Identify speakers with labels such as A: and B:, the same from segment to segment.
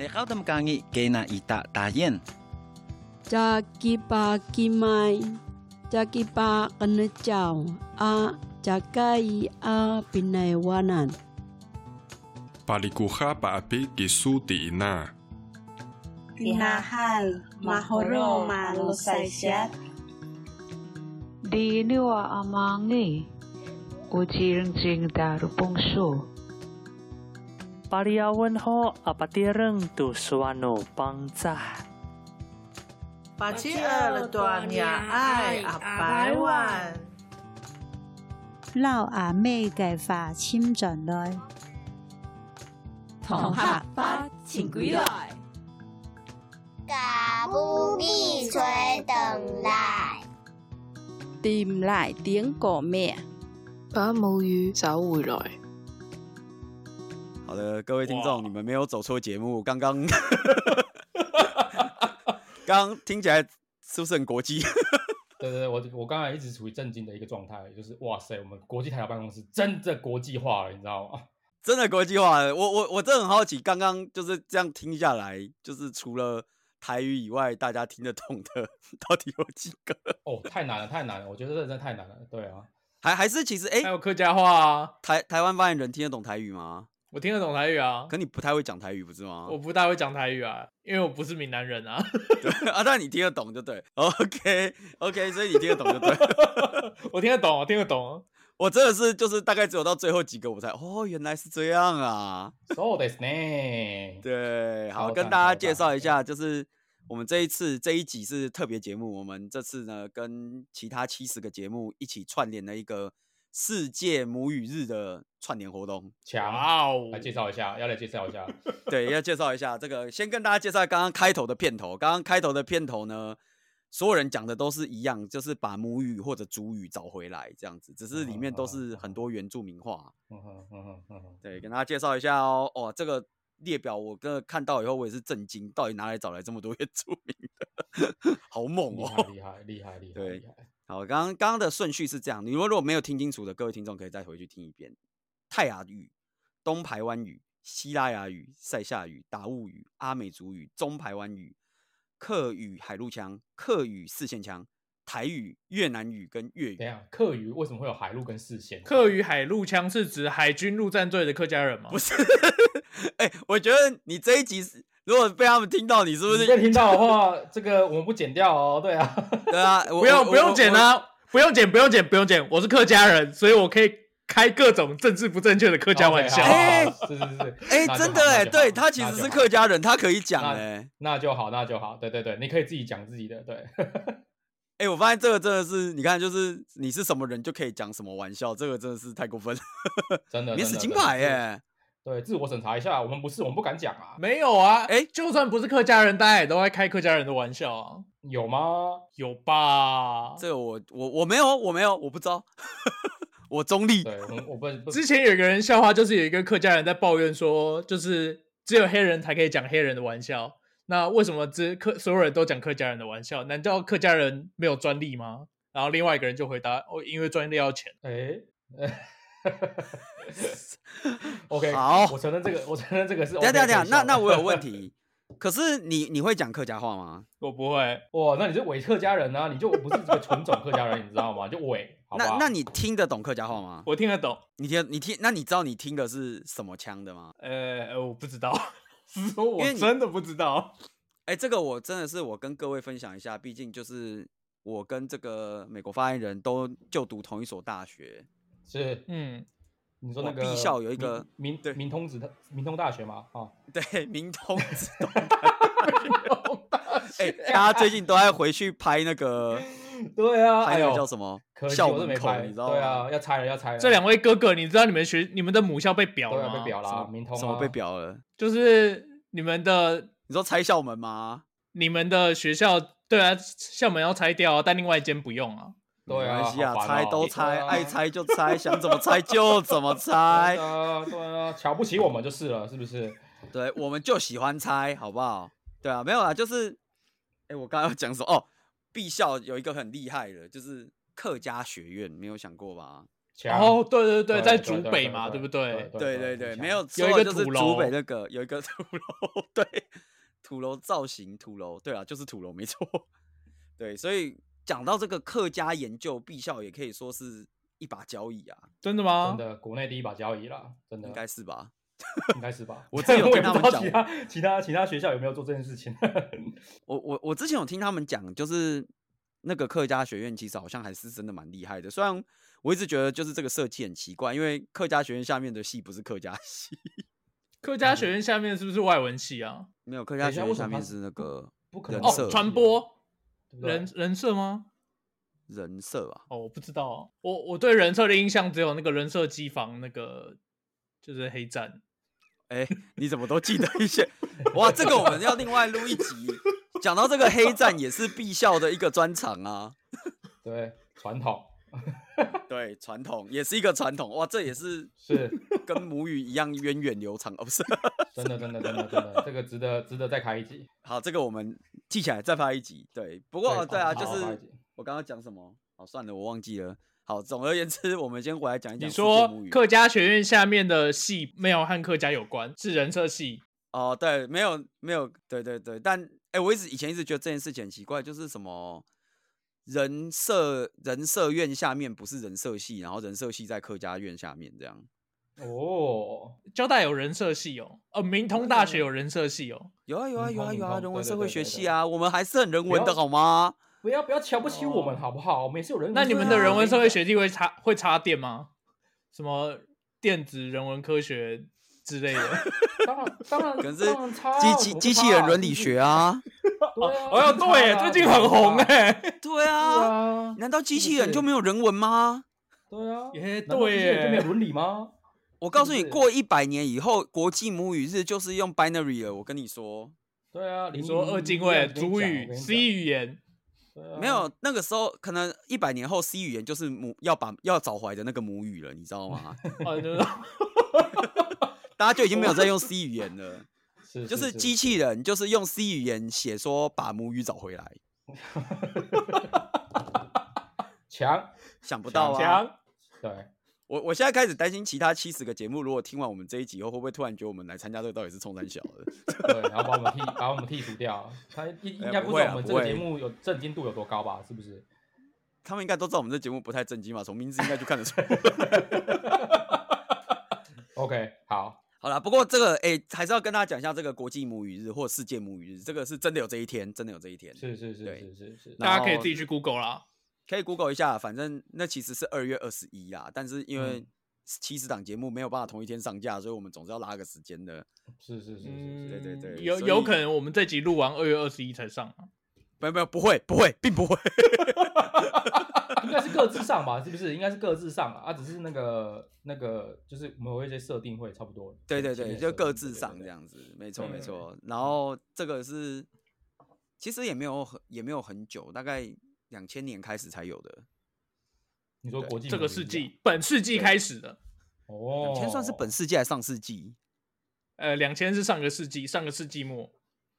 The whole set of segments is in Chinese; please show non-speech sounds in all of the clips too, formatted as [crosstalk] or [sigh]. A: Lekau tem kangi kena ita tayen.
B: Jaki pa kimai, jaki pa kenecau, a jakai a pinaiwanan.
C: Palikuha paapi kisu tiina.
D: Tinahal, mahoro malusaysat.
E: Di niwa amangi. Ujiring jing daru pungsu.
F: Pariawan ho apatireng tu suano pangcah.
G: Pachial tuan
B: Dạ,
G: ya ai a百万，
H: 老阿妹嘅化纖進來，
I: 同客不前幾來，
J: 假烏咪吹等來，
K: 掂來點個咩？
L: 把母語找回來。
M: 好的，各位听众，你们没有走错节目，刚刚刚刚听起来是不是很国际？ [laughs]
N: 对对对，我我刚才一直处于震惊的一个状态，就是哇塞，我们国际台的办公室真的国际化了，你知道吗？ [laughs]
M: 真的国际化了，我我我真的很好奇，刚刚就是这样听下来，就是除了台语以外，大家听得懂的到底有几个？
N: 哦，太难了，太难了，我觉得这真的太难了。对啊，
M: 还还是其实哎，
O: 还有客家话啊，
M: 台台湾发言人听得懂台语吗？
O: 我听得懂台语啊，
M: 可你不太会讲台语，不是吗？ [laughs]
O: 我不大会讲台语啊，因为我不是闽南人啊。 [laughs]
M: 对啊，但你听得懂就对。OK OK，所以你听得懂就对。 [laughs]
O: 我听得懂，我听得懂。
M: 我真的是就是大概只有到最后几个我才哦，原来是这样啊。
N: So this name，
M: [laughs] 对，好，跟大家介绍一下，就是我们这一次这一集是特别节目，我们这次呢跟其他七十个节目一起串联了一个。世界母语日的串联活动，
N: 强哦！来介绍一下，要来介绍一下， [laughs]
M: 对，要介绍一下这个。先跟大家介绍刚刚开头的片头，刚刚开头的片头呢，所有人讲的都是一样，就是把母语或者主语找回来这样子，只是里面
N: 哦
M: 都是很多原住民话。嗯嗯 [laughs] 嗯对，跟大家介绍一下哦。哦，这个列表我跟看到以后，我也是震惊，到底哪里找来这么多原住民的？ [laughs] 好猛
N: 哦！厉害厉害厉害厉害！
M: 好，刚刚刚刚的顺序是这样。你如果如果没有听清楚的，各位听众可以再回去听一遍：泰雅语、东排湾语、希拉雅语、塞夏语、达悟语、阿美族语、中排湾语、客语海陆腔、客语四线腔、台语、越南语跟粤语。
N: 等下，客语为什么会有海陆跟四线？
O: 客语
N: [laughs]
O: 海陆腔是指海军陆战队的客家人吗？
M: 不是。哎欸，我觉得你这一集是。如果被他们听到，你是不是？
N: 被听到的话，这个我们不剪掉哦。对
O: [laughs]
N: 啊，
M: 对啊，
O: 不用不用剪啊，不用剪，不用剪，不用剪。我是客家人，所以我可以开各种政治不正确的客家
N: [laughs]
O: 玩笑。
N: 哎，是是是，
M: 哎，真的哎，对他其实是客家人，他可以讲哎，
N: 那就好，那就好，对对对，你可以自己讲自己的，对。 [laughs]
M: 哎，我发现这个真的是，你看，就是你是什么人就可以讲什么玩笑，这个真的是太过分了，
N: 真的
M: 免死金牌哎。
N: 对，自我审查一下，我们不是，我们不敢讲啊。
O: 没有啊，哎、欸，就算不是客家人，大家也都爱开客家人的玩笑啊。
N: 有吗？
O: 有吧？
M: 这个我我我没有，我没有，我不知道。 [laughs] 我中立。
N: 对，我不。不
O: 之前有个人笑话，就是有一个客家人在抱怨说，就是只有黑人才可以讲黑人的玩笑。那为什么只客所有人都讲客家人的玩笑？难道客家人没有专利吗？然后另外一个人就回答：哦，因为专利要钱。
N: 哎、欸。OK，
M: 好，
N: 我承认这个，我承认这个是。
M: 等下等下，那那我有问
N: [laughs]
M: 题。可是你你会讲客家话吗？
O: 我不
M: [laughs]
O: 会。
N: 哇，那你是伪客家人啊！你就不是这个纯种客家人，你知道吗？就伪。
M: 那那你听得懂客家话吗？
O: 我听得懂。
M: 你听你听，那你知道你听的是什么腔的吗？
O: 呃，我不知道，是说我真的不知道。
M: 哎，这个我真的是我跟各位分享一下，毕竟就是我跟这个美国发言人都就读同一所大学。 [laughs]
N: 是，嗯，你说那个
M: 毕校有一个
N: 明对明通子的明通大学嘛，啊、哦，
M: 对，明通子通大学，哎
N: [laughs]
M: 欸，大家最近都在回去拍那个，
N: 对啊，
M: 拍那个叫什么？
N: 可
M: 校
N: 我
M: 门口，
N: 你
M: 知道
N: 吗？对啊，要拆了，要拆了。
O: 这两位哥哥，你知道你们学你们的母校被表了
N: 吗？被表了，明通、啊、
M: 什么被表了？
O: 就是你们的，
M: 你说拆校门吗？
O: 你们的学校对啊，校门要拆掉、啊，但另外一间不用啊。
N: 对啊，
M: 拆都拆，爱拆就拆，想怎么拆就怎么
N: [laughs]
M: 拆。
N: 啊，对啊，瞧不起我们就是了，是不是？
M: 对，我们就喜欢拆，好不好？对啊，没有啊，就是，哎，我刚刚要讲说，哦，毕校有一个很厉害的，就是客家学院，没有想过吧？
O: 哦，对对对，在竹北嘛，对不对？
M: 对对对，没有
O: 有一个土
M: 楼，竹北那个有一个 [laughs] 土楼，对，土楼造型土楼，对啊，就是土楼，没错。对，所以讲到这个客家研究，毕校也可以说是一把交椅啊。
O: 真的吗？
N: 真的，国内第一把交椅啦，真
O: 啊
N: 的
M: 应该是吧？
N: 应该是吧？
M: [laughs] 我之前
N: [laughs]
M: 有跟他们讲，
N: 其他其他其他学校有没有做这件事情？ [laughs]
M: 我我我之前有听他们讲，就是那个客家学院其实好像还是真的蛮厉害的。虽然我一直觉得就是这个设计很奇怪，因为客家学院下面的系不是客家系，
O: [laughs] 客家学
M: [laughs]
O: 院下面是不是外文系啊？
M: 没有，客家学院下面是那个
N: 不可能
O: 哦，传播人人
N: 设
O: 吗？
M: 人设啊？
O: 哦，我不知道、啊，我我对人设的印象只有那个人设机房那个就是黑站。
M: 哎、欸，你怎么都记得一些？ [laughs] 哇，这个我们要另外录一集。讲到这个黑站，也是必校的一个专场啊。
N: 对，传统。
M: 对，传统也是一个传统。哇，这也是
N: 是
M: 跟母语一样源远流长哦，不是？
N: 真的，真的，真的，真的，这个值得值得再开一集。
M: 好，这个我们记起来再发一集。对， [laughs] 不过对啊，就是我刚刚讲什么？好，算了，我忘记了。好，总而言之，我们先回来讲一讲。
O: 你说客家学院下面的系没有和客家有关，是人设系
M: 哦？对，没有，没有，对对对。但哎、欸，我一直以前一直觉得这件事情很奇怪，就是什么人社人社院下面不是人社系，然后人社系在客家院下面这样。
N: 哦，
O: 交大有人社系哦，哦，明通大学有人社系哦，
M: 有啊有啊有啊有啊，人文社会学系啊，我们还是很人文的好吗？
N: 不要不要瞧不起我
M: 哦
N: 们好不好？我们也是有人、啊。
O: 那你们的人文社会学历会插会插电吗？什么电子人文科学之类的？
M: [laughs]
N: 当然当然，
M: 可是机器机器人伦理学啊。
N: 对啊，
O: 哎呦对，最近很红哎。
M: [laughs] 对啊，难道机器人就没有人文吗？
N: 对啊，
O: 耶
N: 对
O: 耶，
N: 就没有伦理吗？
M: 我告诉你，过一百年以后，国际母语日就是用 binary 了。我跟你说。
N: 对啊，
O: 你说二进位、主语、C 语
M: 嗯
O: 言。
N: 啊、
M: 没有，那个时候可能一百年后，C 语言就是母要把要找回来的那个母语了，你知道吗？
O: 哦
M: [laughs] 大家就已经没有在用 C 语
O: [laughs]
M: 言了，
N: 是
M: 就是机器人，就是用 C 语言写说把母语找回来。
N: 强，
M: 想不到
N: 啊！对，
M: 我我现在开始担心，其他七十个节目如果听完我们这一集以后，会不会突然觉得我们来参加这个到底是冲三小的？ [laughs]
N: 对，然后把我们剔，把我们剔除掉。他应
M: 哎
N: 应该不
M: 啊
N: 知道我们这个节目有震惊度有多高吧？是不是？
M: 他们应该都知道我们这节目不太震惊吧？从名字应该就看得出来。
N: OK，好，
M: [laughs] 好啦。不过这个，哎、欸，还是要跟大家讲一下，这个国际母语日或世界母语日，这个是真的有这一天，真的有这一天。
N: 是是是是是是，
O: 大
M: 哦
O: 家可以自己去 Google 啦，
M: 可以 Google 一下，反正那其实是二月二十一啦，但是因为、嗯。七十档节目没有办法同一天上架，所以我们总是要拉个时间的。
N: 是是是是，
M: 对对对，
O: 嗯有有可能我们这集录完二月二十一才上啊？
M: 没有没有，不会不会，并不会，
N: [laughs] 应该是各自上吧？是不是？应该是各自上啊，只是那个那个，就是我们有一些设定会差不多。
M: 对对对，就各自上这样子，没错没错。然后这个是其实也没有很也没有很久，大概两千年开始才有的。
N: 你说国际
O: 这个世纪本世纪开始的
N: 哦，
M: 两千算是本世纪还是上世纪？
O: 呃，两千是上个世纪，上个世纪末，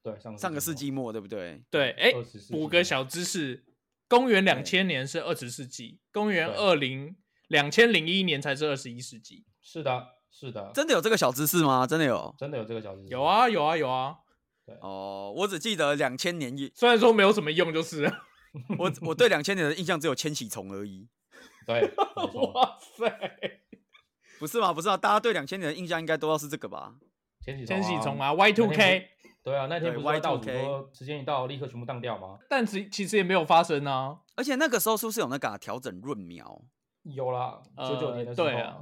N: 对，上
M: 上
N: 个
M: 世纪末，对不对？
O: 对，哎，补个小知识，公元两千年是二十世纪，公元二零两千零一年才是二十一世纪。
N: 是的，是的，
M: 真的有这个小知识吗？真的有，
N: 真的有这个小知识，
O: 有啊，有啊，有啊。
N: 对，
M: 哦，我只记得两千年一，
O: 虽然说没有什么用，就是
M: 我我对两千年的印象只有千禧虫而已。 [laughs]
N: 对，
O: 哇塞，
M: 不是吗？不是啊，大家对两千年的印象应该都要是这个吧？
N: 千禧
O: 千禧
N: 虫
O: 啊，Y two K，
N: 对啊，那天不是到主说时间一到立刻全部当掉吗？
O: 但其其实也没有发生啊，
M: 而且那个时候是不是有那个啊调整闰秒？
N: 有啦，九九年的时
O: 候，对啊，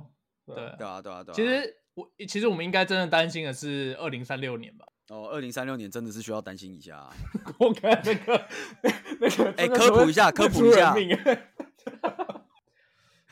O: 对
M: 对啊对啊对啊。
O: 其实我其实我们应该真的担心的是二零三六年吧？
M: 哦，二零三六年真的是需要担心一下。啊 [laughs]
O: 我看那
N: [laughs]
O: 个那个，
M: 哎，科普一下，科普一下。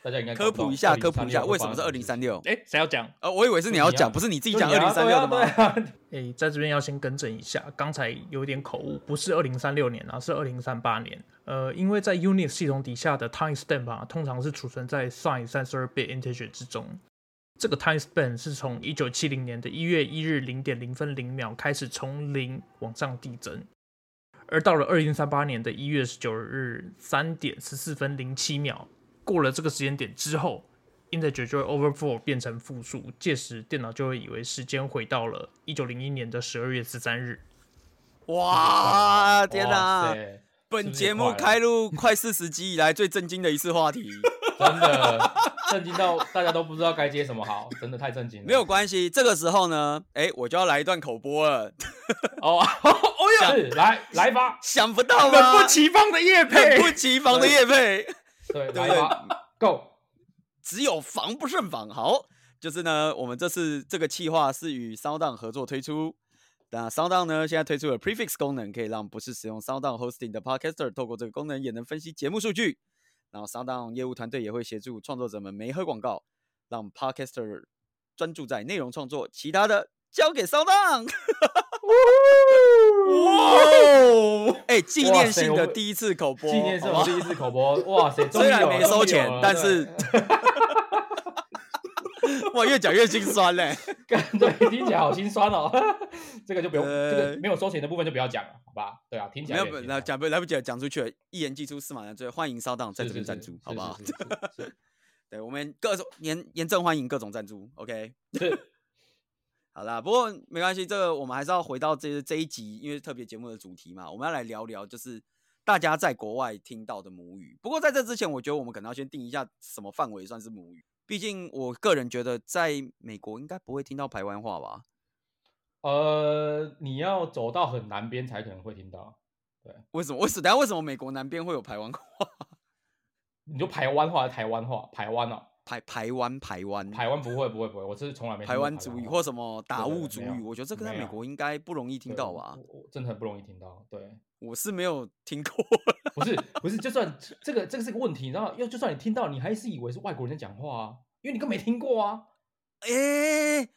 N: 大家应该
M: 科普一下，科普一下，为什么是二零三六？
O: 哎，谁要讲？
M: 呃，我以为是你要啊讲，不是你自己讲二零三六的吗？
N: 啊
O: 哎，在这边要先更正一下，刚才有点口误，不是二零三六年啊，是二零三八年。呃，因为在 Unix 系统底下的 timestamp 啊，通常是储存在 size 三十二 bit integer 之中。这个 timestamp 是从一九七零年的一月一日零点零分零秒开始，从零往上递增。而到了二零三八年的一月十九日三点十四分零七秒。过了这个时间点之后， integer 就会 overflow 变成负数，届时电脑就会以为时间回到了一九零一年的十二月十三日。
M: 啊哇， [laughs] 天哪、
N: 哇
M: 啊！
N: 塞
M: 本节目开录快四十集以来最震惊的一次
O: [laughs]
M: 话题，
N: 真的震惊到大家都不知道该接什么好，真的太震惊了。
M: 没有关系。这个时候呢，哎、我就要来一段口播
O: [laughs]
M: 了。
N: 哦，
M: 哦呀，
N: 是来来吧，
M: 想不到吧？
O: 冷不其防的夜配
M: 冷，不及防的叶配，对
N: 对，来吧，Go，
M: [laughs] 只有防不胜防。好，就是呢，我们这次这个企划是与 Sound 合作推出。那 Sound 呢，现在推出了 Prefix 功能，可以让不是使用 Sound Hosting 的 Podcaster 透过这个功能也能分析节目数据。然后 Sound 业务团队也会协助创作者们没喝广告，让 Podcaster 专注在内容创作，其他的交给 Sound。哇！哎，纪
N: 哇
M: 念
N: 塞
M: 性
N: 我
M: 的
N: 们
M: 第一次口播，
N: 纪念是
M: 好不
N: 我
M: 好
N: 们第一次口播，哇
M: [laughs]
N: 塞，终于
M: 虽然
N: 有了
M: 没
N: 终于
M: 收
N: 有
M: 钱
N: 了，
M: 但
N: 对
M: 是 [laughs] 哇，越讲越心酸嘞。
N: 对，听起来好心酸哦。 [laughs] 这个就不用，
M: 呃
N: 这个没有收钱的部分就不要讲了，好吧？对啊，听起
M: 没
N: 来
M: 有，
N: 也
M: 不
N: 心
M: 来
N: 酸
M: 讲不来不及了，讲出去了，一言既出，驷马难追。欢迎骚荡在这边赞助，好不好？？
N: 是是是是是
M: 对，我们各种严严正欢迎各种赞助，OK。
N: 是是是
M: 好啦，不过没关系，这个我们还是要回到这这一集，因为是特别节目的主题嘛，我们要来聊聊就是大家在国外听到的母语。不过在这之前，我觉得我们可能要先定一下什么范围算是母语。毕竟我个人觉得，在美国应该不会听到台湾话吧？
N: 呃，你要走到很南边才可能会听到，
M: 为什么？为什么？等一下为什么美国南边会有台湾话？
N: 你就台湾话、台湾话、台湾哦，
M: 台台湾台湾
N: 台湾不会不会不会，我是从来没听
M: 台
N: 过
M: 湾族语
N: 话
M: 或什么达
N: 对对
M: 悟
N: 对
M: 族
N: 没有
M: 语，我觉得这个在
N: 没
M: 美
N: 有
M: 国应该不容易听
N: 对
M: 到
N: 我
M: 吧？
N: 我我真的很不容易听到，对。
M: 我是没有听
N: [laughs]
M: 过。
N: 不是不是，就算这个这个是个问题，你知道吗？要就算你听到，你还是以为是外国人在讲话啊，因为你根本没听过啊。
M: 哎、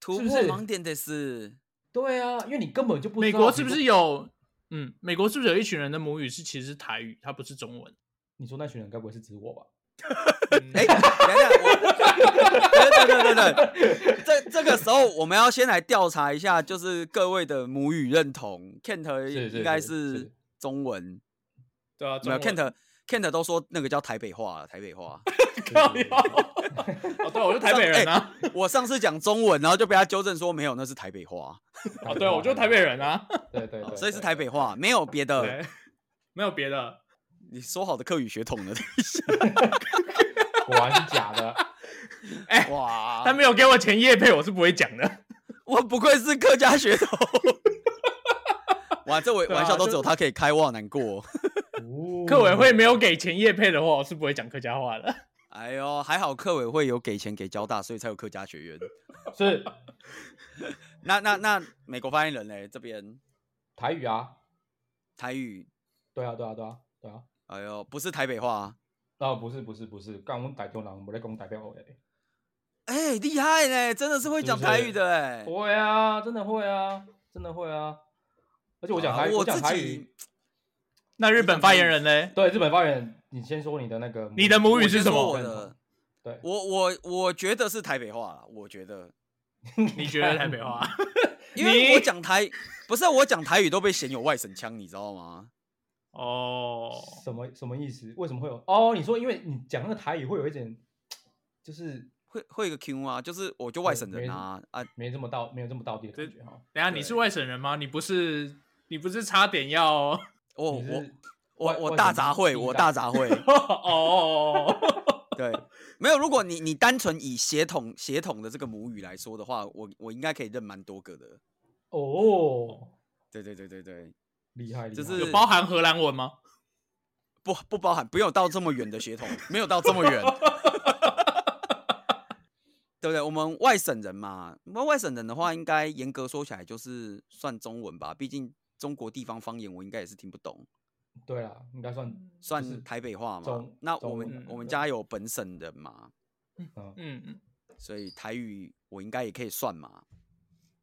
M: 突
N: 是不
M: 破
N: 是
M: 盲点的是，
N: 对啊，因为你根本就不知
O: 美
N: 道
O: 国
N: 你
O: 是不
N: 就是
O: 有？嗯，美国是不是有一群人的母语是其实是台语，它不是中文？
N: 你说那群人该不会是指我吧？
O: 嗯
M: 哎、等一下，我等等等等等，这这个时候我们要先来调查一下，就是各位的母语认同。Kent
N: 是是
M: 应该
N: 是
M: 是
N: 是
M: 中文，
O: 对啊，
M: 没有
O: 中文
M: Kent。Kent 都说那个叫台北话，台北话。
O: 靠腰哦，对，我是台北人啊。
M: 哎我上次讲中文，然后就被他纠正说没有，那是台北话，哦
O: 哦，对，我就是台北人啊。
N: [laughs] 对对对，
M: 所以是
N: 对
M: 台北话，没有别的。
O: 对，没有别的。
M: 你说好的课语血统呢？
N: 果然是
O: [laughs]
N: 假的。
M: 哇，
O: [laughs] 他没有给我钱叶配，我是不会讲 [laughs] 的。
M: 我不愧是客家血统。 [laughs] 哇，这玩
O: 对啊
M: 玩笑都只有
O: 就
M: 他可以开，我好难过。 [laughs]
O: 客
N: 哦
O: 委会没有给钱叶配的话，我是不会讲客家话的。
M: 哎呦，还好客委会有给钱给交大，所以才有客家学院。
N: 是
M: 那那那美国发言人嘞，这边
N: 台语啊，
M: 台语，
N: 对啊对啊对啊对啊。
M: 哎呦，不是台北话，
N: 啊，不是不是不是，干我们台中人，我在讲台北话的。
M: 哎，厉害嘞，真的是会讲
N: 是不是
M: 台语的哎。
N: 会啊，真的会啊，真的会啊。而且我讲
M: 好啦
O: 啊
N: 台语，
M: 我
N: 讲
M: 自
N: 台
M: 己
N: 语。
O: 那日本发言人嘞？
N: 对日本发言人，你先说你的那个
O: 你的母语
M: 我
O: 是
M: 先
O: 什
M: 说
O: 么
M: 我？的，
N: [laughs] 对，
M: 我我我觉得是台北话啦，我觉得，
O: [laughs] 你觉得台北话？
M: 因为我
O: 你
M: 讲台不是啊我讲台语都被嫌有外省腔，你知道吗？
O: [laughs] [laughs] 哦，
N: [laughs] 什么什么意思？为什么会有？哦，你说因为你讲那个台语会有一点，就是
M: 会会有一个 Q 啊，就是我就外
N: 对
M: 省
N: 没
M: 人
N: 什么
M: 啊啊，
N: 没这么到没有这么到地的感觉哈。
O: 等一下你是外省人吗？你不是，你不是差点要？
M: 我
N: 你
M: 我
N: 是
M: 哦我
N: 外
M: 我
N: 外
M: 大
N: 省
M: 杂
N: 人
M: 烩，
N: 第一
M: 我
N: 代
M: 大杂烩，
N: [laughs]
O: 哦，
M: 对，没有。如果你你单纯以血统血统的这个母语来说的话，我我应该可以认蛮多个的。
N: 哦，
M: 对对对对对，
N: 厉害，厉害
M: 就是
O: 有包含荷兰文吗？
M: 不不包含，不用到这么远的血统，没有到这么远，对不对？我们外省人嘛，我们外省人的话，应该严格说起来就是算中文吧，毕竟中国地方方言我应该也是听不懂，
N: 对啦，应该算就是
M: 算台北话嘛
N: 中。
M: 那我
N: 中嗯
M: 们
N: 文
M: 我们
N: 对
M: 家有本省人嘛，
N: 嗯
O: 嗯，
M: 所以台语我应该也可以算嘛。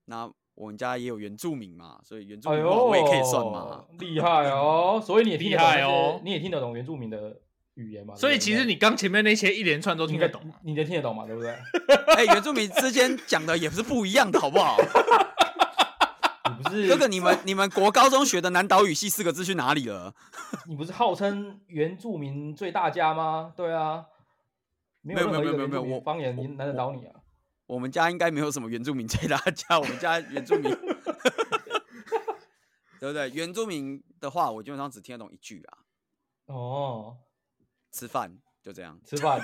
M: 那我们家也有原住民嘛，所以原住
N: 哎
M: 民
N: 呦，
M: 话我也可以算嘛。
N: 厉害哦！所以你也听得懂
O: 厉害哦
N: 那些你也听得懂原住民的语言嘛？
O: 所以
N: 对不对
O: 其实你刚前面那些一连串都
N: 你
O: 听
N: 的
O: 得懂啊。
N: 你的听得懂嘛？对不对？
M: [laughs] 哎、原住民之间讲的也不是不一样的，好
O: [laughs]
M: 不好？
N: 你不是
M: 这个你们你们国高中学的南岛语系四个字去哪里了？
N: 你不是号称原住民最大家吗？对啊，
M: 没有
N: 任
M: 没
N: 何
M: 有没
N: 一个
M: 有没有没有，
N: 原住民
M: 我
N: 方言你难得倒你啊！
M: 我们家应该没有什么原住民在他家，我们家原住民， [laughs] 对不对？原住民的话，我基本上只听得懂一句啊，
N: 哦，
M: 吃饭就这样。
N: 吃饭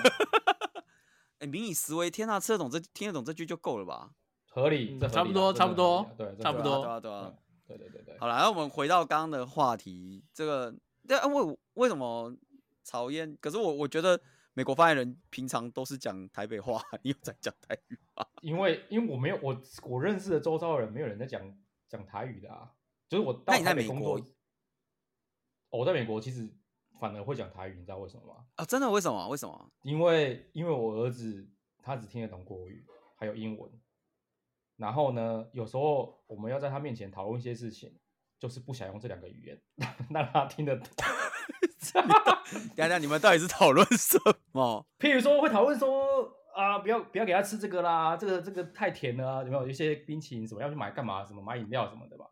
M: 哎，民以食为天啊，吃得懂这听得懂这句就够了吧？
N: 合
M: 嗯
N: 理，这合理
O: 差
N: 啊
O: 不多
N: 这
O: 差不多
N: 合理啊对，这
O: 差
N: 合
O: 不
N: 理
O: 多嗯
M: 对啊对啊对啊。
N: 对对对对，
M: 好了，那我们回到刚刚的话题，这个对啊为为什么曹燕？可是我我觉得美国发言人平常都是讲台北话，你有在讲台语吗？
N: 因为因为我没有我我认识的周遭的人，没有人在讲讲台语的啊。就是我到
M: 那你在
N: 台北
M: 美
N: 工
M: 国
N: 作哦我在美国其实反而会讲台语，你知哦道为什么吗？
M: 啊，真的？为什么？为什么？
N: 因为因为我儿子他只听得懂国语还有英文，然后呢，有时候我们要在他面前讨论一些事情，就是不想用这两个语言， [laughs] 让他听得懂。
M: [laughs]
N: [laughs]
M: 等一下你们到底是讨论什么？
N: 譬如说会讨论说啊，不要不要给他吃这个啦，这个这个太甜了啊，有没有？有一些冰淇淋什么要去买干嘛？什么买饮料什么的嘛，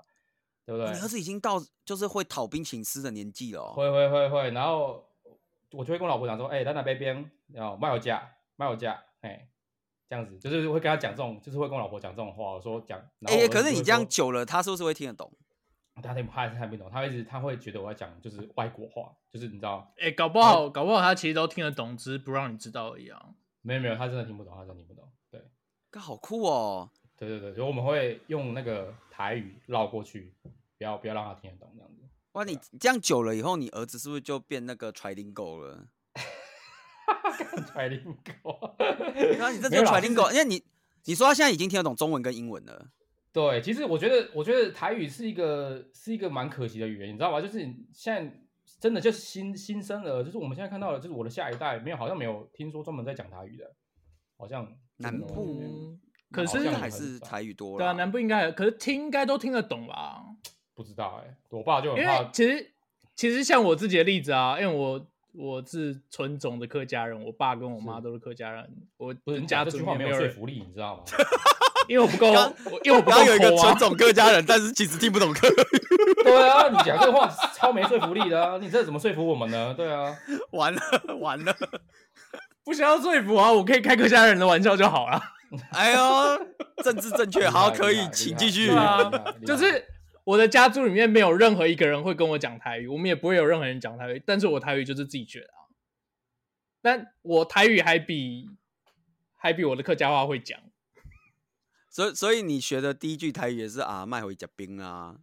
N: 对不 [laughs] 对？
M: 你儿子已经到就是会讨冰淇淋吃的年纪了、哦。
N: 会会会会，然后我就会跟我老婆讲说，哎、咱那边边，然后卖我价，卖我价，哎，这样子，就是会跟他讲这种，就是会跟我老婆讲这种话，我说讲，然
M: 哎、
N: 后我儿子
M: 可是
N: 就
M: 你
N: 会
M: 这样
N: 说，
M: 久了，他是不是会听得懂？
N: 他听他他不懂，他一直他会觉得我在讲就是外国话，就是你知道，
O: 哎、搞不好，搞不好他其实都听得懂，只是不让你知道而已啊。
N: 没有没有，他真的听不懂，他真的听不懂，对
M: 哥好酷哦！
N: 对对对，所以我们会用那个台语绕过去，不要不要让他听得懂这样
M: [laughs]
N: 子。 [laughs]
M: 哇，
N: 啊
M: 你这样久了以后，你儿子是不是就变那个 trilingual
N: [laughs]
M: 了？
N: 揣林狗，
M: 对啊，你这只
N: 没有
M: 有
N: 啦
M: trilingual，因为你你说他现在已经听得懂中文跟英文了。
N: 对，其实我觉得，我觉得台语是一个是一个蛮可惜的语言，你知道吗？就是你现在真的就是新新生儿，就是我们现在看到的，就是我的下一代没有，好像没有听说专门在讲台语的，好像
M: 南
N: 真的没有
M: 部
O: 可是
M: 好像
N: 很
M: 还是台语多
O: 对啊，
M: 了。
O: 南部应该，可是听应该都听得懂吧？
N: 不知道哎、我爸就
O: 因
N: 很
O: 为
N: 怕，
O: 其实其实像我自己的例子啊，因为我我是纯种的客家人，我爸跟我妈都是客家人，我
N: 不是你
O: 家
N: 讲这
O: 族
N: 句
O: 里
N: 话
O: 面
N: 没
O: 有
N: 说
O: 人，
N: 服力，你知道吗？ [laughs]
O: 因为我不够，
M: 刚
O: 我因为我不够
M: 刚刚有一个
O: 抠啊
M: 纯种客家人，但是其实听不懂客 [laughs] 语，
N: 对啊，你讲这话超没说服力的、啊，你这怎么说服我们呢？对啊，
M: 完了完了！
O: 不需要说服啊， [laughs] 我可以开客家人的玩笑就好了。
M: 哎呦，政治正确，好，可以，请继续
N: 对。
O: 啊就是我的家族里面没有任何一个人会跟我讲台语，我们也不会有任何人讲台语，但是我台语就是自己学的啊。但我台语还比还比我的客家话会讲，
M: 所以所以你学的第一句台语也是啊，卖回甲冰啊。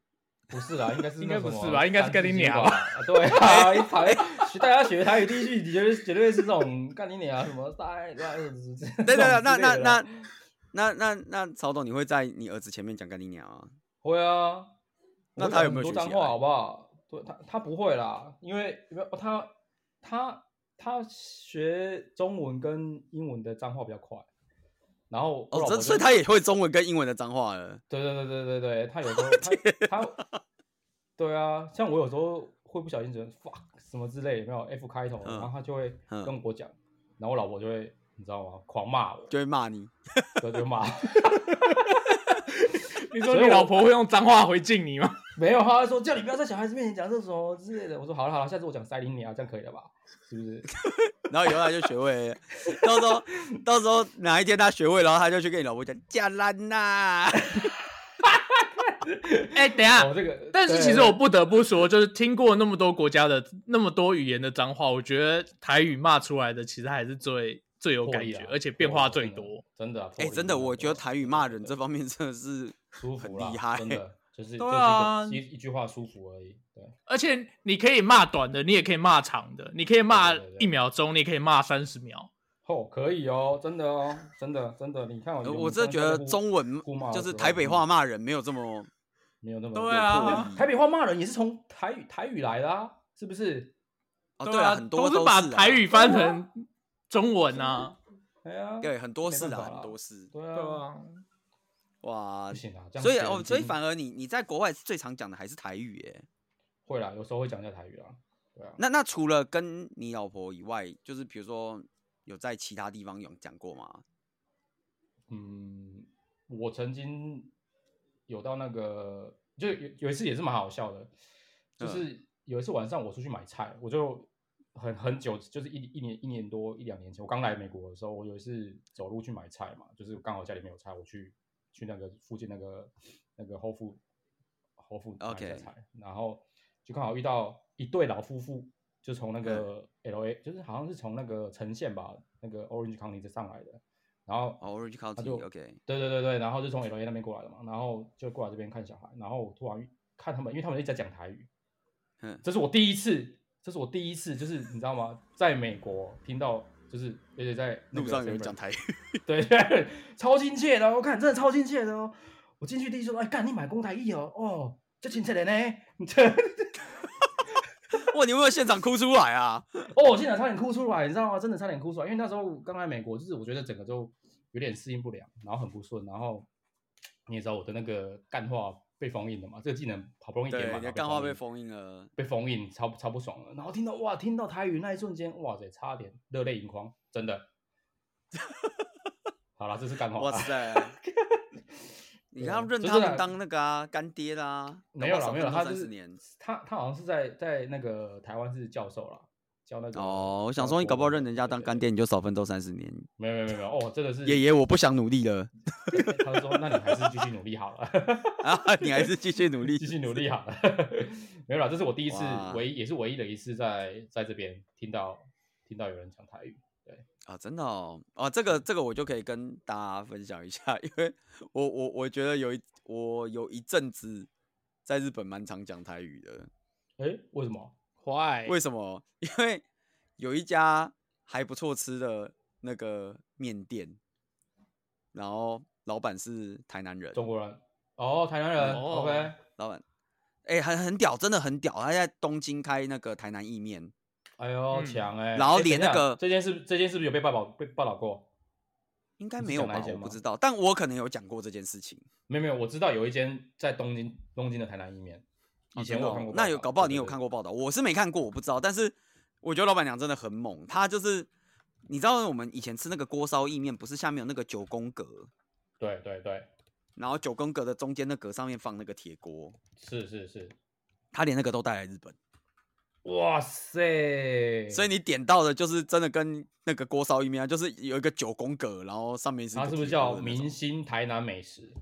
N: 不是
O: [laughs]
N: 啦，应该是
O: 应该
N: 那什
O: 不
N: 么
O: 是吧应该是
N: 三
O: 干你
N: 字经
O: 娘
N: 吧
O: 吧
N: 啊
O: [laughs]
N: 对啊，一讨厌学大家学台语第一句，你绝对绝对是这种干你娘啊什么大爱大爱这种之类
M: 对对
N: 的
M: 对，
N: 啦
M: 那那那那那那曹董，你会在你儿子前面讲干你娘啊？
N: 会啊，
M: 那
N: 我
M: 他
N: 讲
M: 有没有
N: 很
M: 学啊
N: 多脏
M: 起
N: 话
M: 来
N: 好不好？对他他啊不会啦，因为因为哦他他他学中文跟英文的脏话比较快，然后我
M: 哦
N: 老，婆
M: 这
N: 就
M: 所以他也会中文跟英文的脏话了。
N: 对对对对对对，他
M: [laughs]
N: 有时候他他对啊，像我有时候会不小心觉得 fuck 什么之类，有没有 F 开头的，
M: 嗯
N: 然后他就会
M: 嗯
N: 跟我讲，然后我老婆就会你知道吗？狂骂我，
M: 就会骂你。
N: 对，就骂。
O: [laughs] 你
N: 所
O: 说
N: 以
O: 你
N: 我
O: 老婆会用脏话回敬你吗？
N: [laughs] 没有，他会说叫你不要在小孩子面前讲这种之类的。我说好了好了，下次我讲塞林你啊，这样可以了吧？是不是？
M: 然后以后他就学会了，到时候到时候哪一天他学会，然后他就去跟你老婆讲假烂
N: [laughs]
M: 呐。
O: 哎、等一下，
N: 哦，这个，
O: [laughs] 但是其实我不得不说，就是听过那么多国家的那么多语言的脏话，我觉得台语骂出来的其实还是最最有
N: 有
O: 感觉，而且变化最多。，
N: 真的啊，
M: 哎、
N: 哎，
M: 真的，我觉得
N: 对
M: 台语骂人这方面真的是
N: 舒
M: 很
N: 服啦
M: 厉害、
N: 真的就是
O: 对啊
N: 就是一个一一句话舒服而已，对。
O: 而且你可以骂短的，你也可以骂长的，你可以骂
N: 对对对
O: 一秒钟，你也可以骂三十秒。
N: 哦，可以哦，真的哦，真的真哦的，你看我
M: 呃
N: 们
M: 我真的觉得
N: 刚才在
M: 中文
N: 互骂的
M: 就是
N: 时候
M: 台北话骂人没有这么
N: 没有那么
O: [laughs] 对
N: [laughs]
O: 啊
N: 台北话骂人也是从台语台语来的、啊，是不是？
M: 哦，
O: 对
M: 啊，很多
O: 都
M: 都
O: 是把
M: 啊
O: 台语翻成中文啊。
N: 哎呀，
M: 对很多事
N: 没办
M: 啊，
N: 法啦
M: 很多事
N: 对
O: 对
N: 啊，
O: 啊，
M: 哇
N: 不。行啊，这样
M: 所以
N: 学
M: 哦，
N: 已
M: 所以
N: 经
M: 反而你你在国外最常讲的还是台语耶。
N: 会啦，有时候会讲一下台语啦，对
O: 哦
N: 啊，
M: 那那除了跟你老婆以外，就是比如说有在其他地方有讲过吗？
N: 嗯，我曾经有到那个，就有有一次也是蛮好笑的，就是有一次晚上我出去买菜，我就很很久，就是一一年一年多一两年前，我刚来美国的时候，我有一次走路去买菜嘛，就是刚好家里没有菜，我去去那个附近那个那个后富后富买一下菜然后就刚好遇到一对老夫妇，就从那个 L A，、就是好像是从那个城县吧，那个 Orange County 这上来的，然后
M: 哦，Orange
N: 他就
M: County，OK，
N: 对对对对，然后就从 L A 那边过来的嘛，然后就过来这边看小孩，然后我突然遇看他们，因为他们一直在讲台语，
M: 嗯，
N: 这是我第一次，这是我第一次，就是你知道吗？在美国听到，就是而且在那
M: 路
N: 个
M: 上有
N: San
M: 人
N: Fran- [laughs]
M: 讲台语，
N: 对， [laughs] 超亲切的哦，我看真的超亲切的哦。我进去第一说，哎，干你买公台艺哦，哦，这亲切的呢， [laughs] 你这
M: 哇，你有没有现场哭出来啊？
N: 哦，我现场差点哭出来，你知道吗？真的差点哭出来，因为那时候刚来美国，就是我觉得整个就有点适应不良，然后很不顺，然后你也知道我的那个干话被封印了嘛，这个技能好不容易点
M: 对，
N: 满
M: 你的
N: 了，
M: 干话
N: 印
M: 被封印了，
N: 被封印，超超不爽了。然后听到哇，听到台语那一瞬间，哇塞，差点热泪盈眶，
M: [laughs]
N: 真的。 [laughs] 好啦，这是干话。
M: 哇塞！
N: [laughs]
M: 你看他们认
N: 就
M: 他
N: 是
M: 们当那个啊干爹啦，
N: 没有
M: 了
N: 啦，没有啦，他
M: 三
N: 就
M: 十
N: 是 [laughs]
M: 年
N: 他他好像是在在那个台湾是教授啦，教那个
M: 哦。我想说，你搞不好认人家当干爹，你就少奋斗三十年。
N: 没有没有没有没有哦，真的是
M: 爷爷，我不想努力
N: [laughs]
M: 了 [laughs]
N: 他说：“那你还是继续努力好了，
M: 啊， [laughs] 你还是继续努力，
N: 继续努力啊好了。” [laughs] 没有啦，这是我第一次
M: 哇，
N: 唯一也是唯一的一次在在这边听到听到有人讲台语。
M: 啊！真的哦，啊，这个这个我就可以跟大家分享一下，因为我我我觉得有一我有一阵子在日本蛮常讲台语的，
N: 哎，为什么？
O: Why？
M: 为什么？ [laughs] 因为有一家还不错吃的那个面店，然后老板是台南人，
N: 中国人哦，台南人、
O: 哦
N: o k
M: 老板，哎、很很屌，真的很屌，他在东京开那个台南意面，
N: 哎呦
O: 嗯
N: 强哎、
M: 然后
N: 哎
M: 连
N: 等
M: 那
N: 一下
M: 个
N: 这件事，这件事不是有被报道被报道过？
M: 应该
N: 你是
M: 没有
N: 讲哪
M: 吧
N: 一？间
M: 我不
N: 吗
M: 知道，但我可能有讲过这件事情。
N: 没有没有，我知道有一间在东京东京的台南意面，以前
M: 哦真
N: 我
M: 的哦
N: 有看过报道、
M: 那有搞不好你有看
N: 过
M: 过报道，我是没看过，我不知道。但是我觉得老板娘真的很猛，她就是你知道我们以前吃那个锅烧意面，不是下面有那个九宫格，
N: 对对对对，
M: 然后九宫格的中间那格上面放那个铁锅，
N: 是是是，
M: 她连那个都带来日本，
N: 哇塞！
M: 所以你点到的就是真的跟那个锅烧意面啊，就是有一个九宫格，然后上面是一
N: 它
M: 个
N: 啊是不是
M: 铁锅
N: 叫
M: 的那
N: 明
M: 种
N: 星台南美食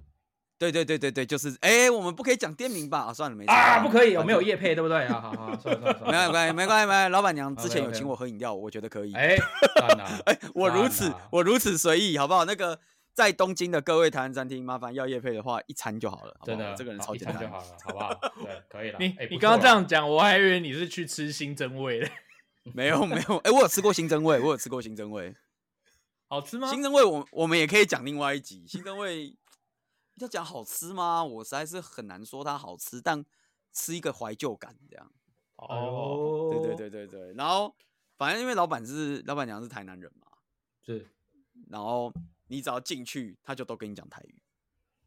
M: 对对对对对，就是哎、我们不可以讲店名吧？啊、算了，没事
N: 啊？不可以，我没有
M: 业，
N: 夜配，对不对啊？好好，好算了算了，
M: 没有
N: 系。
M: 关系，没关系，没关系。老板娘之前有
N: OK，OK
M: 请我喝饮料，我觉得可以。
N: 哎，算了，
M: 哎，我如
N: 算
M: 此
N: 了
M: 我如此随意，好不好？那个在东京的各位台湾餐厅，麻烦要夜配的话，一餐就好了，好不好
N: [laughs] 真的，
M: 这个人
N: 好
M: 超
N: 一
M: 简
N: 餐就
M: 单
N: 好。了，好
M: [laughs]
N: 不好？对，可以了。
O: 你
N: 哎
O: 你
N: 不
O: 刚刚
N: 错
O: 这
N: 啦
O: 样讲，我还以为你是去吃新增味嘞，
M: 没有没有，哎、我有吃过新增味，我有吃过新增味。
O: 好吃吗？
M: 新增味我我们也可以讲另外一集。新增味要讲好吃吗？我实在是很难说它好吃，但吃一个怀旧感这样。
O: 哦，
M: 对对，对对对。然后反正因为老板是老板娘是台南人嘛，
N: 是，
M: 然后你只要进去，他就都跟你讲台语。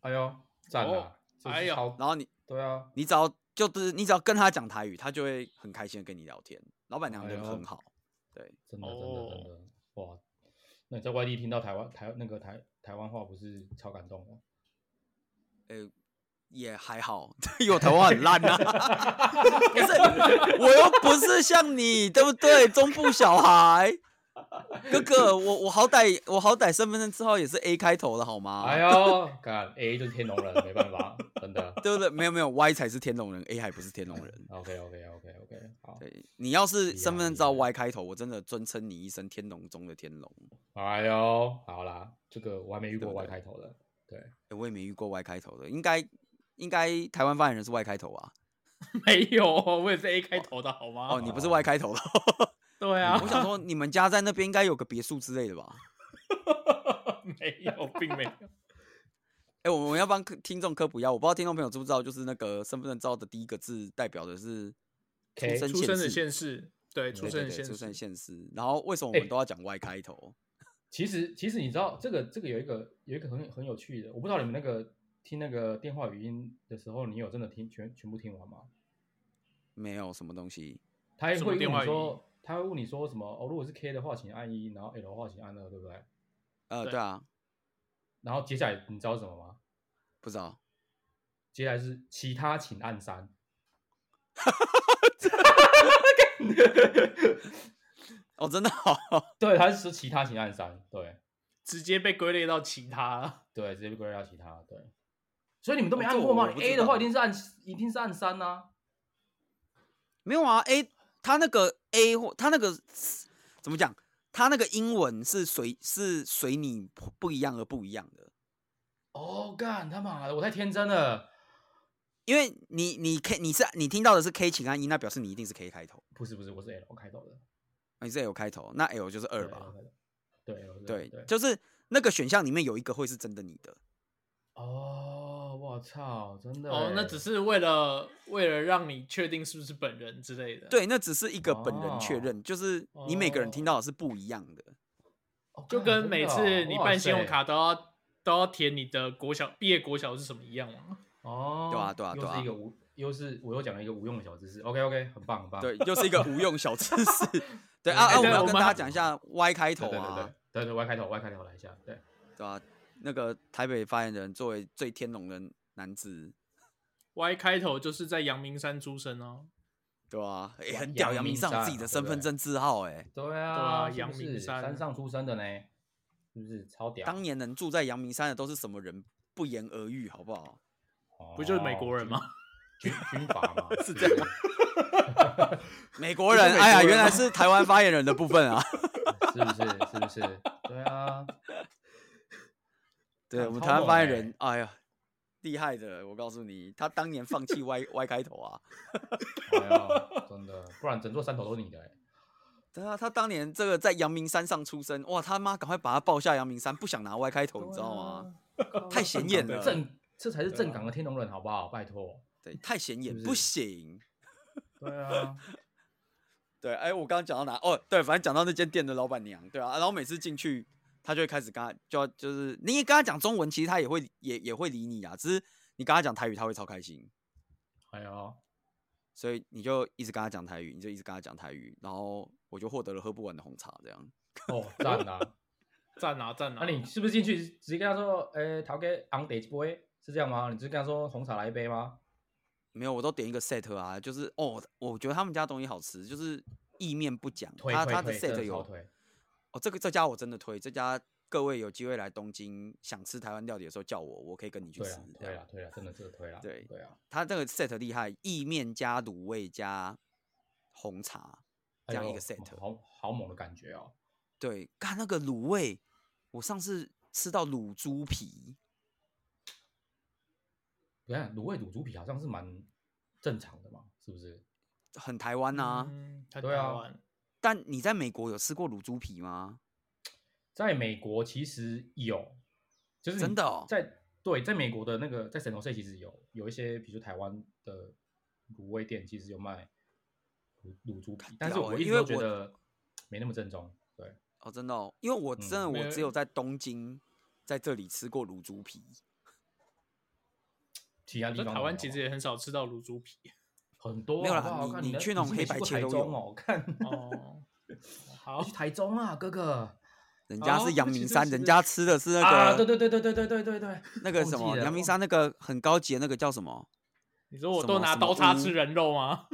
N: 哎呦，赞
O: 哦
N: 了，这是
O: 哎呦
N: 超
M: 然后你
N: 对啊，
M: 你只要就是你只要跟他讲台语，他就会很开心的跟你聊天。老板娘人
N: 哎呦
M: 很好，对，
N: 真的真的真
O: 哦
N: 的，哇！那你在外地听到台湾台那个台台湾话，不是超感动吗？
M: 呃，也还好， [laughs] 有台湾很烂啊。 [laughs] 不是，我又不是像你，对不对？中部小孩。哥哥，我我好歹我好歹身份证字号也是 A 开头的好吗？
N: 哎呦，干 A 就是天龙人，没办法，真的。
M: 对不对？没有没有，Y 才是天龙人，A 还不是天龙人。
N: OK OK OK OK，好，
M: 对你要是
N: 厉
M: 身份
N: 害
M: 证
N: 厉
M: 照
N: 害
M: Y 开头，我真的尊称你一声天龙中的天龙。
N: 哎呦，好啦，这个我还没遇
M: 对
N: 过
M: 不
N: Y
M: 对
N: 开头的，对，
M: 诶哎我也没遇过 Y 开头的，应该应该台湾发言人是 Y 开头啊？
O: 没有，我也是 A 开头哎的好吗？
M: 哦，你不是 Y 开头的。
O: [laughs]
M: 嗯
O: 对啊，
M: 我想说，你们家在那边应该有个别墅之类的吧？
O: [laughs] 没有，并没有。
M: [laughs] 哎、我们要帮客听众科普一下，我不知道听众朋友知不知道，就是那个身份证照的第一个字代表的是
N: K
M: 生
O: 出生的
M: 县
O: 县市，对，
M: 对
O: 出
M: 对
O: 生的
M: 对
O: 县
M: 出生
O: 市，
M: 县市。然后为什么我们
N: 哎
M: 都要讲 Y 开头？
N: 其实其实你知道这个这个有一个有一个很很有趣的，我不知道你们那个听那个电话语音的时候，你有真的听全全部听完吗？
M: 没有什么东西。
N: 他会
O: 什么
N: 问
O: 电
N: 你
O: 话语音
N: 说，他会问你说什么？哦，如果是 K 的话，请按一，然后 L 的话请按二，对不对？
M: 呃，
O: 对
M: 对啊，
N: 然后接下来你知道是什么吗？
M: 不知道。
N: 接下来是其他请按三。
M: 哦，真的、哦，
N: 对，它是其他型暗山，对，
O: 直接被归类到其他，
N: [laughs] 对，直接被归类到其他，对。所以你们都没按过
M: 哦
N: 吗？
M: 这我
N: 你 A 的话一定是按一定是按三啊呐、
M: 没有啊，A 他那个 A 或他那个怎么讲？他那个英文是随是随你不一样而不一样的，
N: 哦，干他妈的，我太天真了，
M: 因为你你 K 你是你听到的是 K 请按一，那表示你一定是 K 开头，哦
N: 不是不是，我是 L 开头的，
M: 你是 L 开头，那 L 就是二
N: 对
M: 吧？？
N: 对 L 是
M: 对
N: 对，，
M: 就是那个选项里面有一个会是真的你的，
N: 哦，我操，真的
O: 哦，那
N: 欸
O: 只是为了为了让你确定是不是本人之类的。
M: 对，那只是一个本人确
N: 哦
M: 认，就是你每个人听到的是不一样的。
N: 哦
O: 就
N: 干
O: 跟
N: 真
O: 每
N: 的哦
O: 次你
N: 哇
O: 办信用
N: 塞
O: 卡都要都要填你的国小毕业国小是什么一样吗？
N: 哦，
M: 对啊对啊
N: 又
M: 对啊
N: 是一个无，又是我又讲了一个无用的小知识。OK OK，很棒很棒。
M: 对
N: 对，
M: 又是一个无用小知
N: [laughs]
M: 识。对啊
N: 哎
M: 啊，我
N: 哦对
M: 们要
N: 我
M: 跟大
N: 们
M: 家
N: 还
M: 讲一下 Y 开头
N: 对对对
M: 啊，
N: 对对，歪开头歪开头来一下，对，
M: 对吧？那个台北发言人作为最天龙的男子，
O: Y 开头就是在阳明山出生哦，
M: [laughs] 对吧？也
N: 哇
M: 很屌，
N: 阳
M: 阳明
N: 明
M: 山有
N: 山
M: 自己
N: 啊
M: 的
N: 对
M: 身
N: 不
M: 份
N: 对
M: 证字号，哎，
N: 对
O: 啊
N: 啊，是不
O: 阳明
N: 是
O: 山
N: 山上出生的呢，是不是超屌？
M: 当年能住在阳明山的都是什么人？不言而喻，好不好？
O: 不就是美国
N: 哦
O: 人吗？
N: 军军阀嘛，
M: [laughs] 是这样。美国
O: 不是
M: 人，
O: 美
M: 哎呀，
N: 啊
O: 国人
M: 原来
O: 吗
M: 是台湾发言人的部分
N: [laughs]
M: 啊。
N: 是不是？是不是？对啊，
M: 对
N: 啊
M: 我们
N: 超
M: 台湾
N: 猛
M: 发言
N: 欸
M: 人，哎呀，厉害的，我告诉你，他当年放弃 Y Y 开头啊。
N: 哎呀，真的，不然整座山头都是你的欸。
M: 对啊，他当年这个在阳明山上出生，哇，他妈赶快把他抱下阳明山，不想拿 Y 开头，你知道吗？太显眼了，
N: 正这才是
M: 啊
N: 正港的天龙人，好不好？拜托。
M: 对，太显眼，
N: 是不
M: 不
N: 是
M: 行。
N: 对啊，
M: 对，哎，我刚刚讲到哪？哦，对，反正讲到那间店的老板娘，对啊，然后每次进去，他就会开始跟他，就要就是你也跟他讲中文，其实他也会也也会理你啊，只是你跟他讲台语，他会超开心，
N: 哎呦，
M: 所以你就一直跟他讲台语，你就一直跟他讲台语，然后我就获得了喝不完的红茶，这样。
N: 哦，赞啊！
O: [laughs] 赞啊赞
N: 那、
O: 啊！
N: 你是不是进去直接跟他说，诶、陶哥昂得一杯，是这样吗？你就跟他说红茶来一杯吗？
M: 没有，我都点一个 set 啊，就是哦，我觉得他们家东西好吃，就是意面不讲，
N: 推
M: 他
N: 推
M: 他的
N: 推真
M: set
N: 的
M: 有
N: 超推
M: 哦，这个这家我真的推，这家各位有机会来东京想吃台湾料理的时候叫我，我可以跟你去
N: 对
M: 吃
N: 啊，，
M: 这
N: 推
M: 样
N: 了，推了，真的真的推了，
M: 对
N: 对啊，
M: 他这个 set 厉害，意面加卤味加红茶这样一个 set，、
N: 哎好好猛的感觉哦，
M: 对，看那个卤味，我上次吃到卤猪皮，
N: 你看卤味卤猪皮好像是蛮正常的嘛，是不是？
M: 很台湾啊，
O: 嗯，他台
N: 对啊
O: 湾
M: 但你在美国有吃过卤猪皮吗？
N: 在美国其实有，就是你
M: 真的哦
N: 在对，在美国的那个在神农社其实有有一些，比如说台湾的卤味店其实有卖卤卤猪皮，但是
M: 屌欸
N: 我一
M: 因
N: 直
M: 为
N: 都觉
M: 我
N: 得没那么正宗，对。
M: 哦，真的哦，因为我真的
O: 嗯
M: 我
O: 没
M: 只有在东京，在这里吃过卤猪皮，
N: 其他地
O: 在
N: 方
O: 台
N: 都
O: 湾
N: 有
O: 其实也很少吃到卤猪皮
N: 很多
M: 没有啦
N: 好不好
M: 你
N: 看
M: 你
N: 的
M: 去那种
N: 是没
M: 黑白
N: 去过
M: 切
N: 台
M: 都
N: 中
M: 有
O: [laughs]
N: 哦，看
O: 哦。好
N: 你去，台中啊，哥哥
M: 人家
O: 哦
M: 是
O: 对
M: 阳
O: 不起
M: 明
O: 对不
M: 山，
O: 起
M: 人
O: 对
M: 家吃的是那
N: 啊，对
M: 个
N: 对对对对对对对
O: [laughs]
N: 对，
M: 那个
N: 忘
M: 什
N: 记
M: 么
N: 了
M: 阳明山那个很高级的那个叫什么？
O: 你说我
M: 什
O: 都
M: 么
O: 拿
M: 什么
O: 刀叉
M: 屋
O: 吃人肉 [laughs] 吗？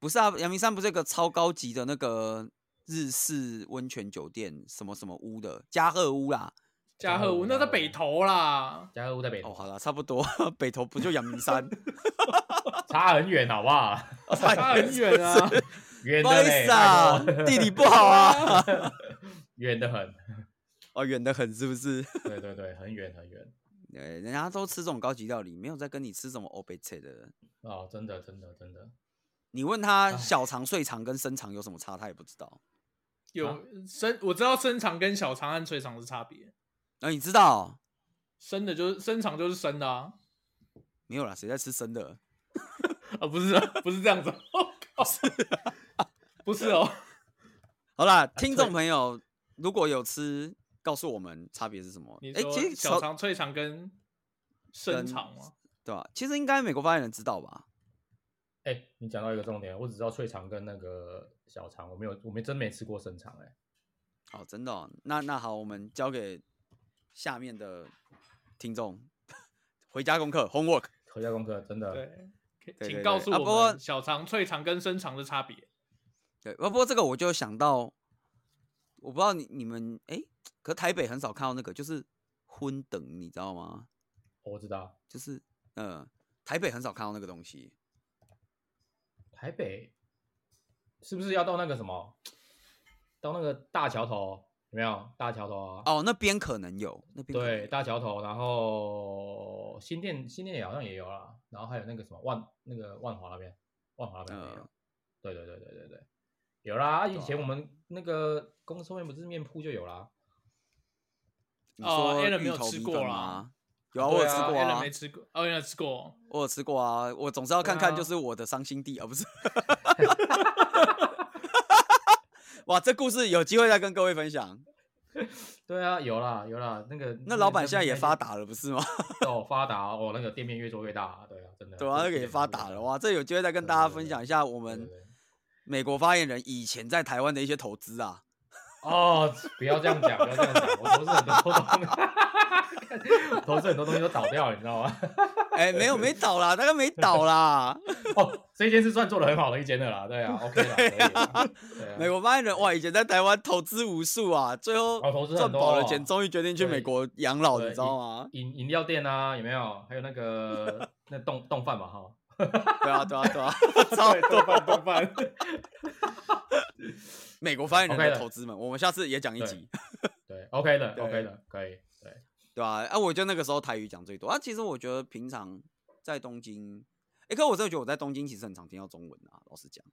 M: 不是啊，阳明山不是有个超高级的那个日式温泉酒店，什么什么屋的加贺屋啦。
O: 嘉禾
N: 禾
O: 屋
N: 屋
O: 那
N: 嘉
O: 在
N: 禾
O: 北
N: 屋
O: 投啦，
N: 家务在北
M: 哦，
N: 投，
M: 好了，差不多， [laughs] 北投不就阳明山？哦
N: 差很远好不好？ [laughs]
O: 差很远啊。
N: 远
M: 不
N: 的
M: 好意
N: 嘞
M: 思啊，
N: 拜托
M: 地理不好啊。
N: [laughs] 远的很，
M: 哦，远得很，是不是？
N: 对对对，很远很远
M: 对，人家都吃这种高级料理，没有在跟你吃什么欧贝切的。
N: 哦，真的真的真的，
M: 你问他
N: 唉
M: 小肠、碎肠跟深肠有什么差，他也不知道。
N: 啊
O: 有深，我知道深肠跟小肠和脆肠是差别。
M: 然后呃你知道
O: 深的就是深肠就是深的啊，
M: 没有啦？谁在吃生的？
O: 啊不是啊 [laughs] 不是这样
N: 哦
O: 子，我靠，不是哦，啊
M: 好啦，听众朋友，如果有吃，告诉我们差别是什么
O: [laughs] 你？
M: 哎、
O: 说
M: 其实
O: 小
M: 肠
O: 肠、脆肠跟深
M: 跟
O: 肠吗？
M: 对吧？其实应该美国发言人知道吧？
N: 哎，你讲到一个重点，我只知道脆肠跟那个小肠，我没有，我们真没吃过生肠哎，
M: 哦，真的、哦，那那好，我们交给下面的听众回家功课 homework。
N: 回家功课真的，
O: 对，可以
M: 对对
O: 请告诉
M: 啊不
O: 我
M: 过
O: 们小肠、脆肠跟深肠的差别。
M: 对，不过这个我就想到我不知道你你们哎、可台北很少看到那个，就是荤等，你知道吗？
N: 我知道，
M: 就是呃，台北很少看到那个东西。
N: 台北是不是要到那个什么，到那个大桥头有没有？大桥头啊，
M: 哦，那边可能有，那边可能
N: 对，大桥头，然后新店新店也好像也有啦，然后还有那个什么万那个万华那边，万华那边也
M: 嗯
N: 有。对对对对对对，有啦，以
M: 啊
N: 前我们那个公司后面不是面铺就有啦。
M: 你
O: 哦
M: 说
O: ，Alan
M: 芋
O: 没有
M: 头
O: 吃
M: 米
O: 过
M: 粉
O: 啦
M: 吗？有啊，我有吃过
O: a
M: 啊
O: l 没吃过，哦，原来吃过。
M: 我有吃过啊，我总是要看
O: 对啊
M: 看，就是我的伤心地啊，不
O: [laughs]
M: 是。哇，这故事有机会再跟各位分享。
N: 对啊，有啦有啦，嗯那个
M: 那老板现在也发达了，不
N: [laughs]
M: 是吗？
N: 哦，发达哦，那个店面越做越大，对啊，真的。
M: 对啊，那个也发达了哇，这有机会再跟大家分享一下我们美国发言人以前在台湾的一些投资
N: [laughs]
M: 啊。
N: 哦，不要这样讲，不要这样讲，我投资很多东西， [laughs] 投资很多东西都倒掉了，你知道吗？
M: 哎，没有没倒啦，大概没倒啦。
N: [laughs] 哦，这间是算做的很好的一间的啦，对啊，OK 啦，可以啦，对啊
M: 美国发言人哇，以前在台湾投资无数啊，最后
N: 哦投资很
M: 赚
N: 多
M: 饱了
N: 哦
M: 钱，终于决定去
N: 对
M: 美国养老，
N: 对
M: 你知道吗？
N: 饮饮料店啊，有没有？还有那
M: [laughs]
N: 个那冻冻饭嘛，哈，
M: 对啊，对啊，对啊， [laughs] 超
N: [laughs] 对，冻饭冻饭。
M: 美国发言人
N: OK
M: 的
N: 的
M: 投资们，我们下次也讲一集，
N: 对，OK 的
M: 对
N: ，OK 的，可以，对，
M: 对吧、啊？我觉得那个时候台语讲最多啊。其实我觉得平常在东京，哎、可我真的觉得我在东京其实很常听到中文啊。老实讲，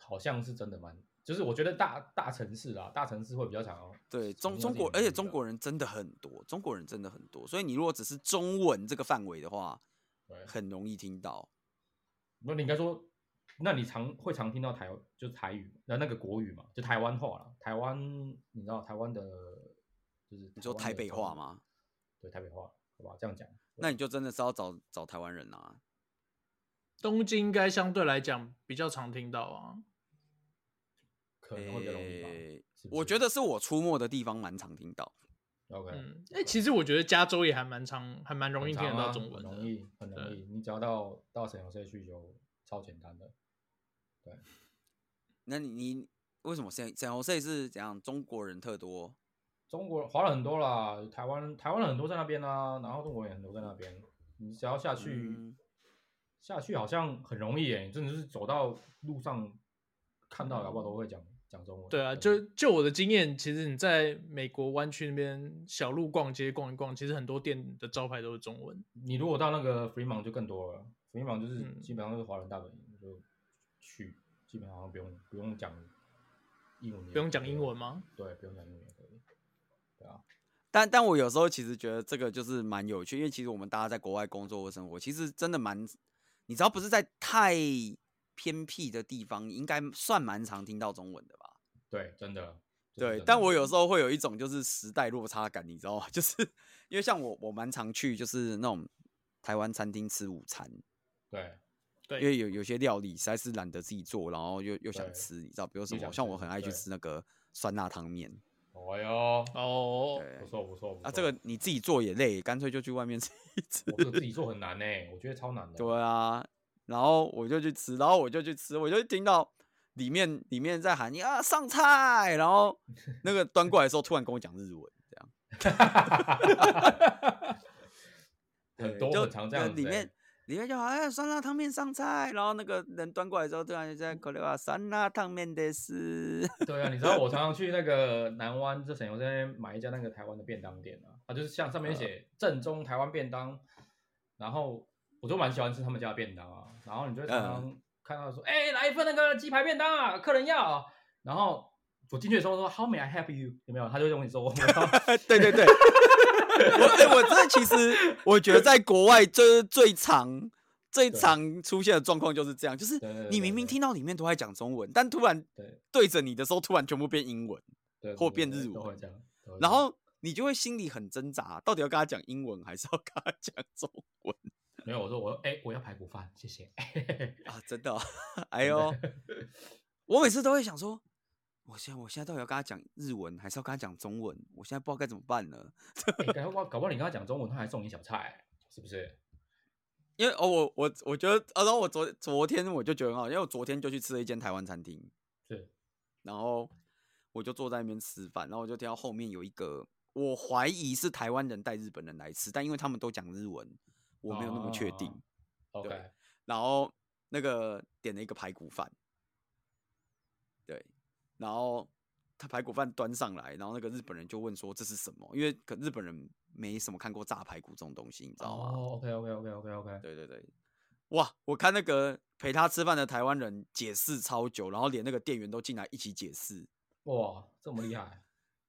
N: 好像是真的蛮，就是我觉得大大城市啦，大城市会比较常哦。
M: 对中
N: 常
M: 中
N: 听
M: 国，
N: 到这
M: 而且
N: 种东西
M: 中
N: 的
M: 国人真的很多，中国人真的很多，所以你如果只是中文这个范围的话，
N: 对，
M: 很容易听到。
N: 那你应该说，那你常会常听到台就是台语，呃那那个国语嘛，就台湾话啦。台湾你知道台湾的，就是
M: 你说
N: 湾
M: 台
N: 的
M: 北
N: 中
M: 话
N: 文？
M: 吗？
N: 对，台北话，好吧，这样讲。
M: 那你就真的是要找找台湾人啊。
O: 东京应该相对来讲比较常听到啊。
N: 可能会比较容易吧。
M: 诶
N: 是不
M: 我
N: 是
M: 觉得是我出没的地方蛮常听到。
N: OK，
O: 嗯，哎、其实我觉得加州也还蛮常，还蛮容易
N: 很
O: 听得
N: 长
O: 到
N: 啊
O: 中文的。
N: 很容易，很容易。你只要到到沈阳社区就超简单的。对，
M: 那你你为什么 San San Jose 是怎样中国人特多？
N: 中国华人很多啦，台湾台湾人很多在那边啊，然后中国人也很多在那边。你只要下去，
M: 嗯
N: 下去好像很容易耶，你真的是走到路上看到，搞不好都会讲讲中文。
O: 对啊，
N: 真
O: 就
N: 的
O: 就我的经验，其实你在美国湾区那边小路逛街逛一逛，其实很多店的招牌都是中文。
N: 你如果到那个 Fremont 就更多了，Fremont 就是
O: 嗯
N: 基本上都是华人大本营，就去基本上不用不用讲英文也可以，
O: 不用讲英文吗？
N: 对，不用讲英文也可以。对啊，
M: 但但我有时候其实觉得这个就是蛮有趣，因为其实我们大家在国外工作或生活，其实真的蛮，你只要不是在太偏僻的地方，应该算蛮常听到中文的吧？
N: 对，真的。这是
M: 对，
N: 真
M: 但
N: 的
M: 我有时候会有一种就是时代落差感，你知道吗？ [laughs] 就是因为像我，我蛮常去就是那种台湾餐厅吃午餐，
N: 对
O: 对，
M: 因为有有些料理实在是懒得自己做，然后又又想
N: 对
M: 吃，你知道，比如什
N: 又
M: 么，
N: 想
M: 像
N: 吃
M: 我很爱去
N: 对
M: 吃那个酸辣汤面，
N: 哎呦，
O: 哦，
M: 对
N: 不错不错不错。
M: 啊，这个你自己做也累，干脆就去外面 [laughs] 吃一吃。
N: 我这个自己做很难呢、我觉得超难的。
M: 对啊，然后我就去吃，然后我就去吃，我就听到里面里面在喊啊上菜，然
N: [laughs]
M: 后那个端过来的时候突然跟我讲日文，这样
N: [laughs] 很
M: 啊对
N: 多
M: 就
N: 很常这
M: 呃
N: 样子
M: 里
N: 欸
M: 面里面就好哎酸辣汤面上菜，然后那个人端过来之后突然就在
N: 嗯
M: 口里啊酸辣汤面的是，
N: 对啊，你知道我常常去那个南湾这省油这边买一家那个台湾的便当店啊，它就是像
M: 嗯
N: 上面写正宗台湾便当，然后我就蛮喜欢吃他们家的便当啊，然后你就
M: 嗯
N: 会常常看到说，哎、来一份那个鸡排便当啊，客人要啊，然后我进去的时候说 How may I help you？有没有？他就会问你
M: [laughs]
N: 说，我
M: 对对对， [laughs] 我哎、我真的其实我觉得在国外就是最常。最
N: 对
M: 常出现的状况就是这样，就是
N: 对对对
M: 你
N: 对
M: 明明
N: 对
M: 听到里面都在讲中文，但突然
N: 对
M: 对着你的时候，突然全部变英文，
N: 对，
M: 或
N: 对
M: 变
N: 对
M: 日
N: 都
M: 文
N: 会这样，都会这
M: 然
N: 样
M: 后你就会心里很挣扎，到底要跟他讲英文还是要跟他讲中
N: [laughs]
M: 文
N: 没有我说我哎、我要排骨饭，谢谢。 [laughs]
M: 啊？真的哦、哎呦，我每次都会想说，我现在我现在到底要跟他讲日文还是要跟他讲中文？我现在不知道该怎么办了，
N: 哎、搞不好搞不好你跟他讲中文，他还送你小菜，是不是？
M: 因为哦，我我我觉得，啊、然后我昨昨天我就觉得很好，因为我昨天就去吃了一间台湾餐厅，
N: 是，
M: 然后我就坐在那边吃饭，然后我就听到后面有一个，我怀疑是台湾人带日本人来吃，但因为他们都讲日文，我没有那么确定。
N: 哦
M: 对
N: OK
M: 然后那个点了一个排骨饭，对，然后他排骨饭端上来，然后那个日本人就问说这是什么？因为可日本人没什么看过炸排骨这种东西，你知道吗？
N: 哦，OK OK OK OK OK，
M: 对对对，哇！我看那个陪他吃饭的台湾人解释超久，然后连那个店员都进来一起解释。
N: 哇，这么厉害，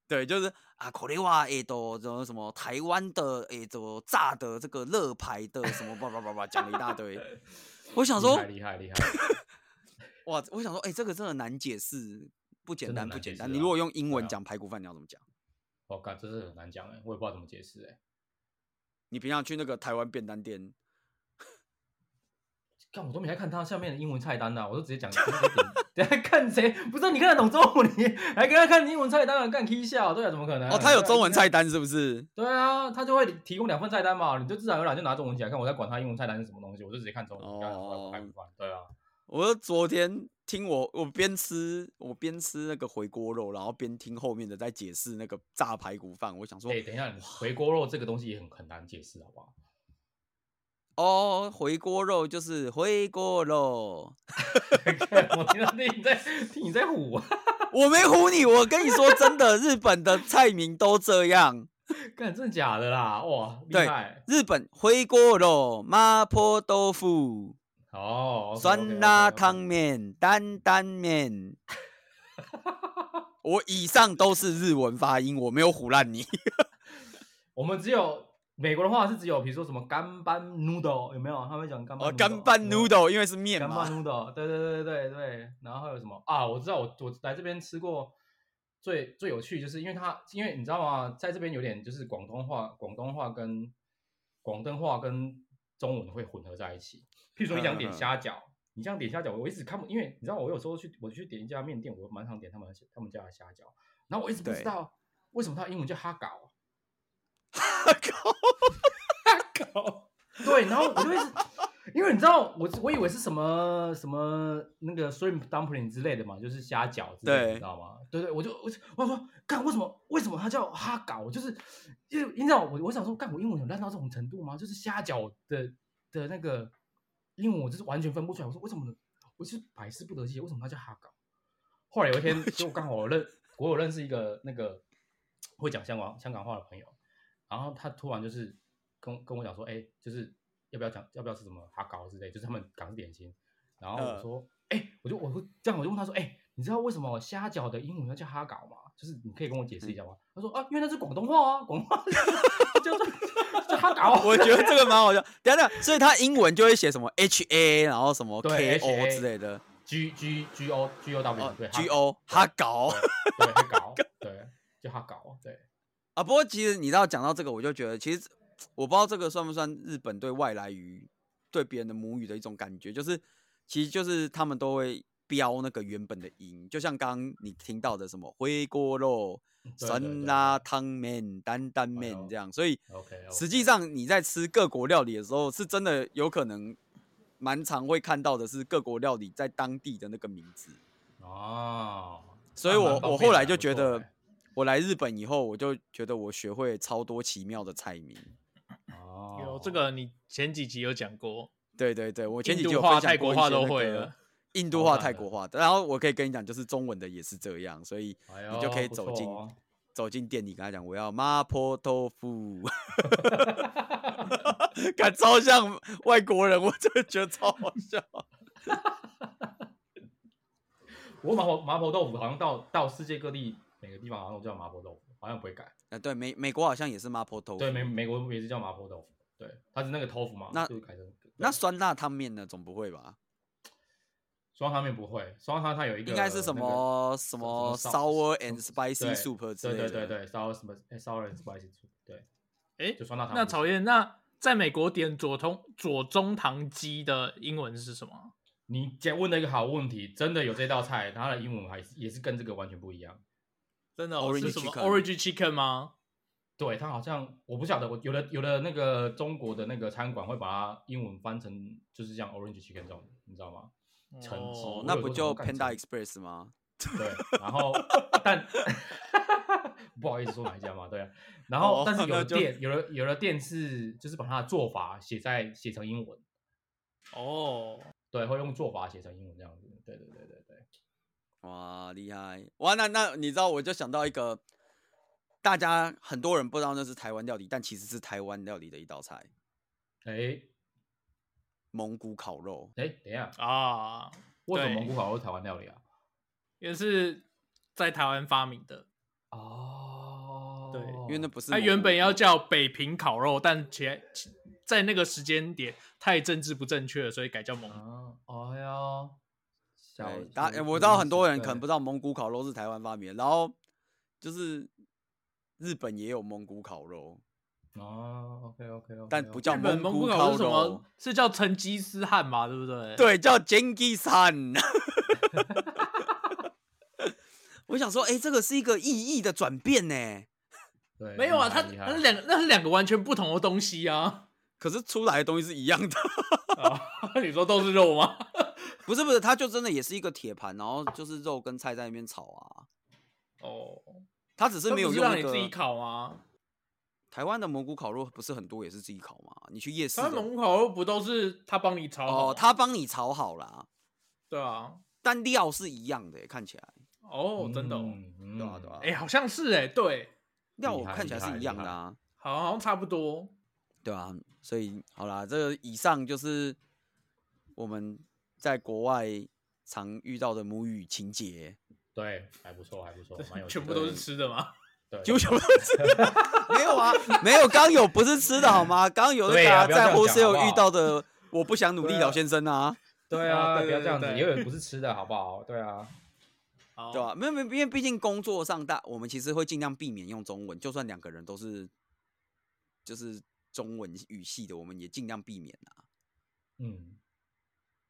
M: 对，就是啊，口雷哇，诶，都什么什么台湾的，诶，怎么炸的这个乐牌的什么叭叭叭叭，讲了一大
N: [laughs]
M: 堆。我想说，
N: 厉害厉害，
M: 哇，我想说，哎、这个真的难解释，不简
N: 真的
M: 单，
N: 难
M: 不
N: 解
M: 简
N: 释
M: 单。你
N: 啊
M: 如果用英
N: 对
M: 文
N: 啊
M: 讲排骨饭，你要怎么讲？
N: 我靠，这是很难讲哎，我也不知道怎么解释哎。
M: 你平常去那个台湾便当店，
N: 看我都没来看他下面的英文菜单的、啊我都直接讲直接点。 [laughs] 等下看谁不知道你看得懂中文，你还跟他看英文菜单，干 K 笑，对啊，怎么可能？
M: 哦，他有
N: 对啊
M: 中文菜单是不是？
N: 对啊，他就会提供两份菜单嘛，你就自然而然就拿中文起来看，我在管他英文菜单是什么东西，我就直接看中文，看
M: 哦
N: 我看不惯，对啊，
M: 我就昨天听我我边吃我边吃那个回锅肉，然后边听后面的在解释那个炸排骨饭，我想说，
N: 哎、等一下，你回锅肉这个东西也很很难解释，好不好？ [laughs]
M: 哦，回锅肉就是回锅肉，
N: 我听到你在听你在唬啊，
M: 我没唬你，我跟你说真的，日本的菜名都这样。
N: 干真的假的啦？哇，厉
M: 对
N: 害！，
M: 日本回锅肉、麻婆豆腐、
N: 哦，
M: 酸辣汤面、担担面，我以上都是日文发音，我没有唬
N: [laughs]
M: 烂你。
N: 我们只有美国的话是只有，比如说什么干拌 noodle 有没有？他们会讲干拌
M: 哦，
N: noodle，
M: 干拌
N: 有没有
M: noodle 因为是面
N: 干拌
M: 嘛，
N: noodle，对对对对对。然后还有什么啊？我知道我，我来这边吃过最最有趣，就是因为它，因为你知道吗，在这边有点就是广东话、广东话跟广东话跟中文会混合在一起。譬如说，你想点
M: 嗯嗯嗯
N: 虾饺，你这样点虾饺，我一直看不，因为你知道，我有时候去我去点一家面店，我蛮常点他们的他们家的虾饺，然后我一直不知
M: 对
N: 道为什么它的英文叫哈搞。对，然后我就一直，因为你知道，我我以为是什么什么那个 shrimp dumpling 之类的嘛，就是虾饺之类的，
M: 对
N: 你知道吗？对对，我就我就我想说，干为什么为什么它叫哈搞？就是就是你知道我我想说，干我英文有烂到这种程度吗？就是虾饺的的那个英文，我就是完全分不出来。我说为什么呢？我就是百思不得其解，为什么它叫哈搞？后来有
M: [laughs]
N: 一天，就刚好我认我有认识一个那个会讲香港香港话的朋友，然后他突然就是跟跟我讲说，哎、就是要不要讲要不要吃什么哈糕之类，就是他们港式点心。然后我
M: 嗯
N: 说，哎、我就我会这样，我就问他说，哎、你知道为什么虾饺的英文要叫哈搞吗？就是你可以跟我解释一下吗？他说啊，因为那是广东话啊，广东话 [laughs] 叫做叫哈搞。
M: [laughs]
N: 啊
M: 我觉得这个蛮好笑。等一下，等一下所以他英文就会写什么 H A，然后什么
N: 对
M: K
N: HA
M: O 之类的
N: [laughs] G G G O G O W 对哈
M: 哦，G
N: 搞
M: O 哈搞。
N: 对哈搞对就哈搞对。
M: 啊，不过其实你知道讲到这个，我就觉得其实我不知道这个算不算日本对外来语对别人的母语的一种感觉，就是其实就是他们都会标那个原本的音，就像刚刚你听到的什么回锅肉、
N: 对对
M: 酸
N: 对
M: 辣汤面、担担
N: 哎
M: 面
N: 呦
M: 这样，所以
N: OK，OK
M: 实际上你在吃各国料理的时候，是真的有可能蛮常会看到的是各国料理在当地的那个名字。
N: 哦，
M: 所以
N: 那蛮
M: 我
N: 方
M: 我
N: 便
M: 后
N: 的
M: 来就
N: 不
M: 觉
N: 错
O: 欸
M: 得，我来日本以后，我就觉得我学会超多奇妙的菜名。
N: 哎哦，
O: 有这个你前几集有讲过，
M: 对对对，我前
O: 印
M: 几集
O: 度
M: 有
O: 话
M: 分享
O: 泰
M: 过
O: 国
M: 一
O: 话
M: 些
O: 都
M: 那
O: 会
M: 个
O: 了
M: 印度
N: 超
M: 话、
N: 赞
M: 泰
N: 的
M: 国话，然后我可以跟你讲，就是中文的也是这样，所以
N: 哎
M: 你就可
N: 呦
M: 以
N: 不
M: 走
N: 错
M: 进、
N: 哦
M: 走进店里，跟他讲我要麻婆豆
O: [laughs]
M: 腐，看超像外国人，我真的觉得超好笑。
N: 我麻婆麻婆豆腐好像到到世界各地每个地方好像都叫麻婆豆腐，好像不会改。
M: 啊，对，美美国好像也是麻婆豆腐，
N: 对，美美国也是叫麻婆豆腐，对，它是那个豆腐嘛，
M: 那
N: 就是改成
M: 那酸辣汤面呢，总不会吧？
N: 双汤面不会，双汤它有一个
M: 应该是什么什
N: 什
M: 么
N: 么
M: sour
N: 什
M: and
N: 么
M: spicy soup 之类
N: 对
M: 的。
N: 对对对，sour 什么哎 sour and spicy soup，对，
O: 哎
N: 就，酸辣汤
O: 那
N: 不行
O: 讨厌，那在美国点左通左中堂鸡的英文是什么？
N: 你姐问了一个好问题，真的有这道菜，它的英文还是也是跟这个完全不一样。
O: 真的哦
M: Orange
O: 是什么
M: chicken
O: Orange Chicken 吗？
N: 对，它好像我不晓得，我有的有的那个中国的那个餐馆会把它英文翻成就是像 orange chicken 这种，你知道吗？成绩
M: 哦
N: 我，
M: 那
N: 有
M: 不
N: 时候
M: 就
N: 干成
M: Panda Express 吗？
N: 对，然
M: [laughs]
N: 后但不好意思说哪一家嘛，对啊，然后、
M: 哦
N: 但是有
M: 那
N: 的
M: 就
N: 店有的有的店是就是把它的做法写在写成英文，
O: 哦，
N: 对，会用做法写成英文这样子，对对对对对，
M: 哇，厉害！哇，那那你知道，我就想到一个，大家很多人不知道那是台湾料理，但其实是台湾料理的一道菜
N: 哎
M: ——蒙古烤肉。
N: 哎，等一下，
O: 啊，
N: 为什
O: 对
N: 么蒙古烤肉是台湾料理啊？
O: 也是在台湾发明的。
N: 哦，
O: 对
M: 因为那不是
O: 它
M: 蒙
O: 原
M: 古
O: 本要叫北平烤肉，但其其在那个时间点太政治不正确了，所以改叫蒙。
N: 啊，哎呀，小
M: 对，大我知道很多人可能不知道蒙古烤肉是台湾发明的，然后就是日本也有蒙古烤肉，
N: 道哦，OK OK OK，
M: 但不叫
O: 日本
M: 蒙
O: 古
M: 烤
O: 是什
M: 肉
O: 么？，是叫成吉思汗嘛？对不对？，
M: 对，叫 Genki San。我想说，哎、这个是一个意义的转变呢，
N: 对，
O: 没有啊，
N: 厉
O: 它它
N: 害
O: 是两个，那是两个完全不同的东西啊。
M: 可是出来的东西是一样的。 [laughs]
N: [laughs]
O: 啊你说都是肉吗？
M: 不是不是，它就真的也是一个铁盘，然后就是肉跟菜在那边炒啊。
O: [laughs] 哦，
M: 它只 [laughs] 是没有
O: 那不
M: 用
O: 让
M: 那
O: 你
M: 个
O: 自己烤吗？
M: 台湾的蒙古烤肉不是很多也是自己烤吗？你去夜市
O: 台湾
M: 的
O: 蒙古烤肉不都是他帮你炒好吗
M: 哦，他帮你炒好啦，
O: 对啊，
M: 但料是一样的耶，看起来
O: 哦，真的哦，
N: 嗯，嗯
M: 对啊对啊，
O: 哎，好像是哎，对，
M: 料我
N: 厉害
M: 看起来
N: 厉
M: 是
N: 害
M: 一样的啊，
O: 好好像差不多。
M: 对啊，所以好啦，这个以上就是我们在国外常遇到的母语情节，
N: 对，还不错还不错，
O: [laughs]
N: 蛮有趣
O: 全部
N: 的
O: 都是吃的吗？
N: 对，
M: 几乎全部都是 [laughs] 没有啊，没有，刚有不是吃的好吗？刚有那
N: 对
M: 个、
N: 啊不要这
M: 在
N: 样
M: 乎
N: 讲
M: 是有
N: 好不好
M: 遇到的，我不想努力
N: 对啊
M: 老先生啊。
N: 对啊，
O: 啊对
N: 不要
O: 对
N: 这样子，
O: 对
N: 因为不是吃的好不好？对啊，
O: 好
M: 对吧、啊没有没有，因为毕竟工作上大，我们其实会尽量避免用中文，就算两个人都是就是中文语系的，我们也尽量避免啊。
N: 嗯，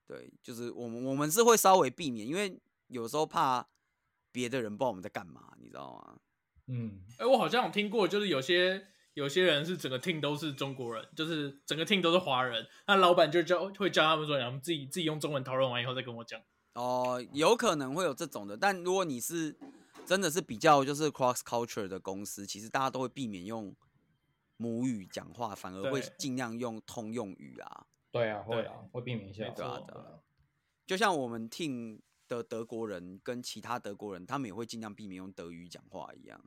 M: 对，就是我们我们是会稍微避免，因为有时候怕别的人不知道我们在干嘛，你知道吗？
N: 嗯，
O: 哎、我好像有听过，就是有些有些人是整个 team 都是中国人，就是整个 team 都是华人，那老板就教会教他们说，你们自己自己用中文讨论完以后再跟我讲。
M: 哦，有可能会有这种的，但如果你是真的是比较就是 cross culture 的公司，其实大家都会避免用母语讲话，反而会
O: 对
M: 尽量用通用语啊。
N: 对啊，会
O: 对
N: 啊，会避免一下，
O: 没
M: 对啊
O: 错
M: 对啊就像我们 team 的德国人跟其他德国人，他们也会尽量避免用德语讲话一样。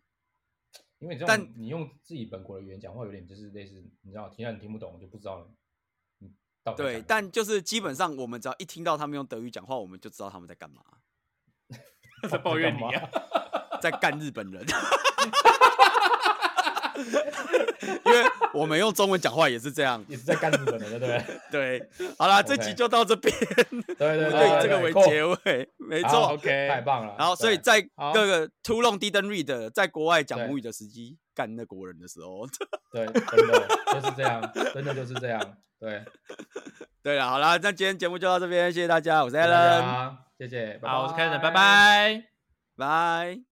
N: 因为你这
M: 但
N: 种你用自己本国的语言讲话，有点就是类似，你知道，听到你听不懂，就不知道你你到底在
M: 对，
N: 讲
M: 但就是基本上我们只要一听到他们用德语讲话，我们就知道他们在干嘛，
N: 什么
O: 在抱怨你啊，
M: 在干日本人。 [laughs] 因为我们用中文讲话也是这样。
N: [laughs] 也是在干日本人的，对不对？
M: 对，好啦，这
N: OK
M: 集就到这边，
N: 对对
M: 我们
N: 对，
M: 就以这个为结
N: 尾，
M: 尾，没
N: 好
M: 错。
O: OK
N: 太棒了。
M: 然后，所以
N: 对
M: 在
O: 好
M: 各个 too long didn't read 在国外讲
N: 对
M: 母语的时机干那国人的时候， [laughs]
N: 对，真的就是这样，真的就是这样，对。
M: 对了，好啦，那今天节目就到这边，谢谢大家，我是
N: 谢谢大
M: Alan，
N: 家，谢谢，拜
O: 好，我是
N: 拜
O: 开始，拜拜。
M: 拜。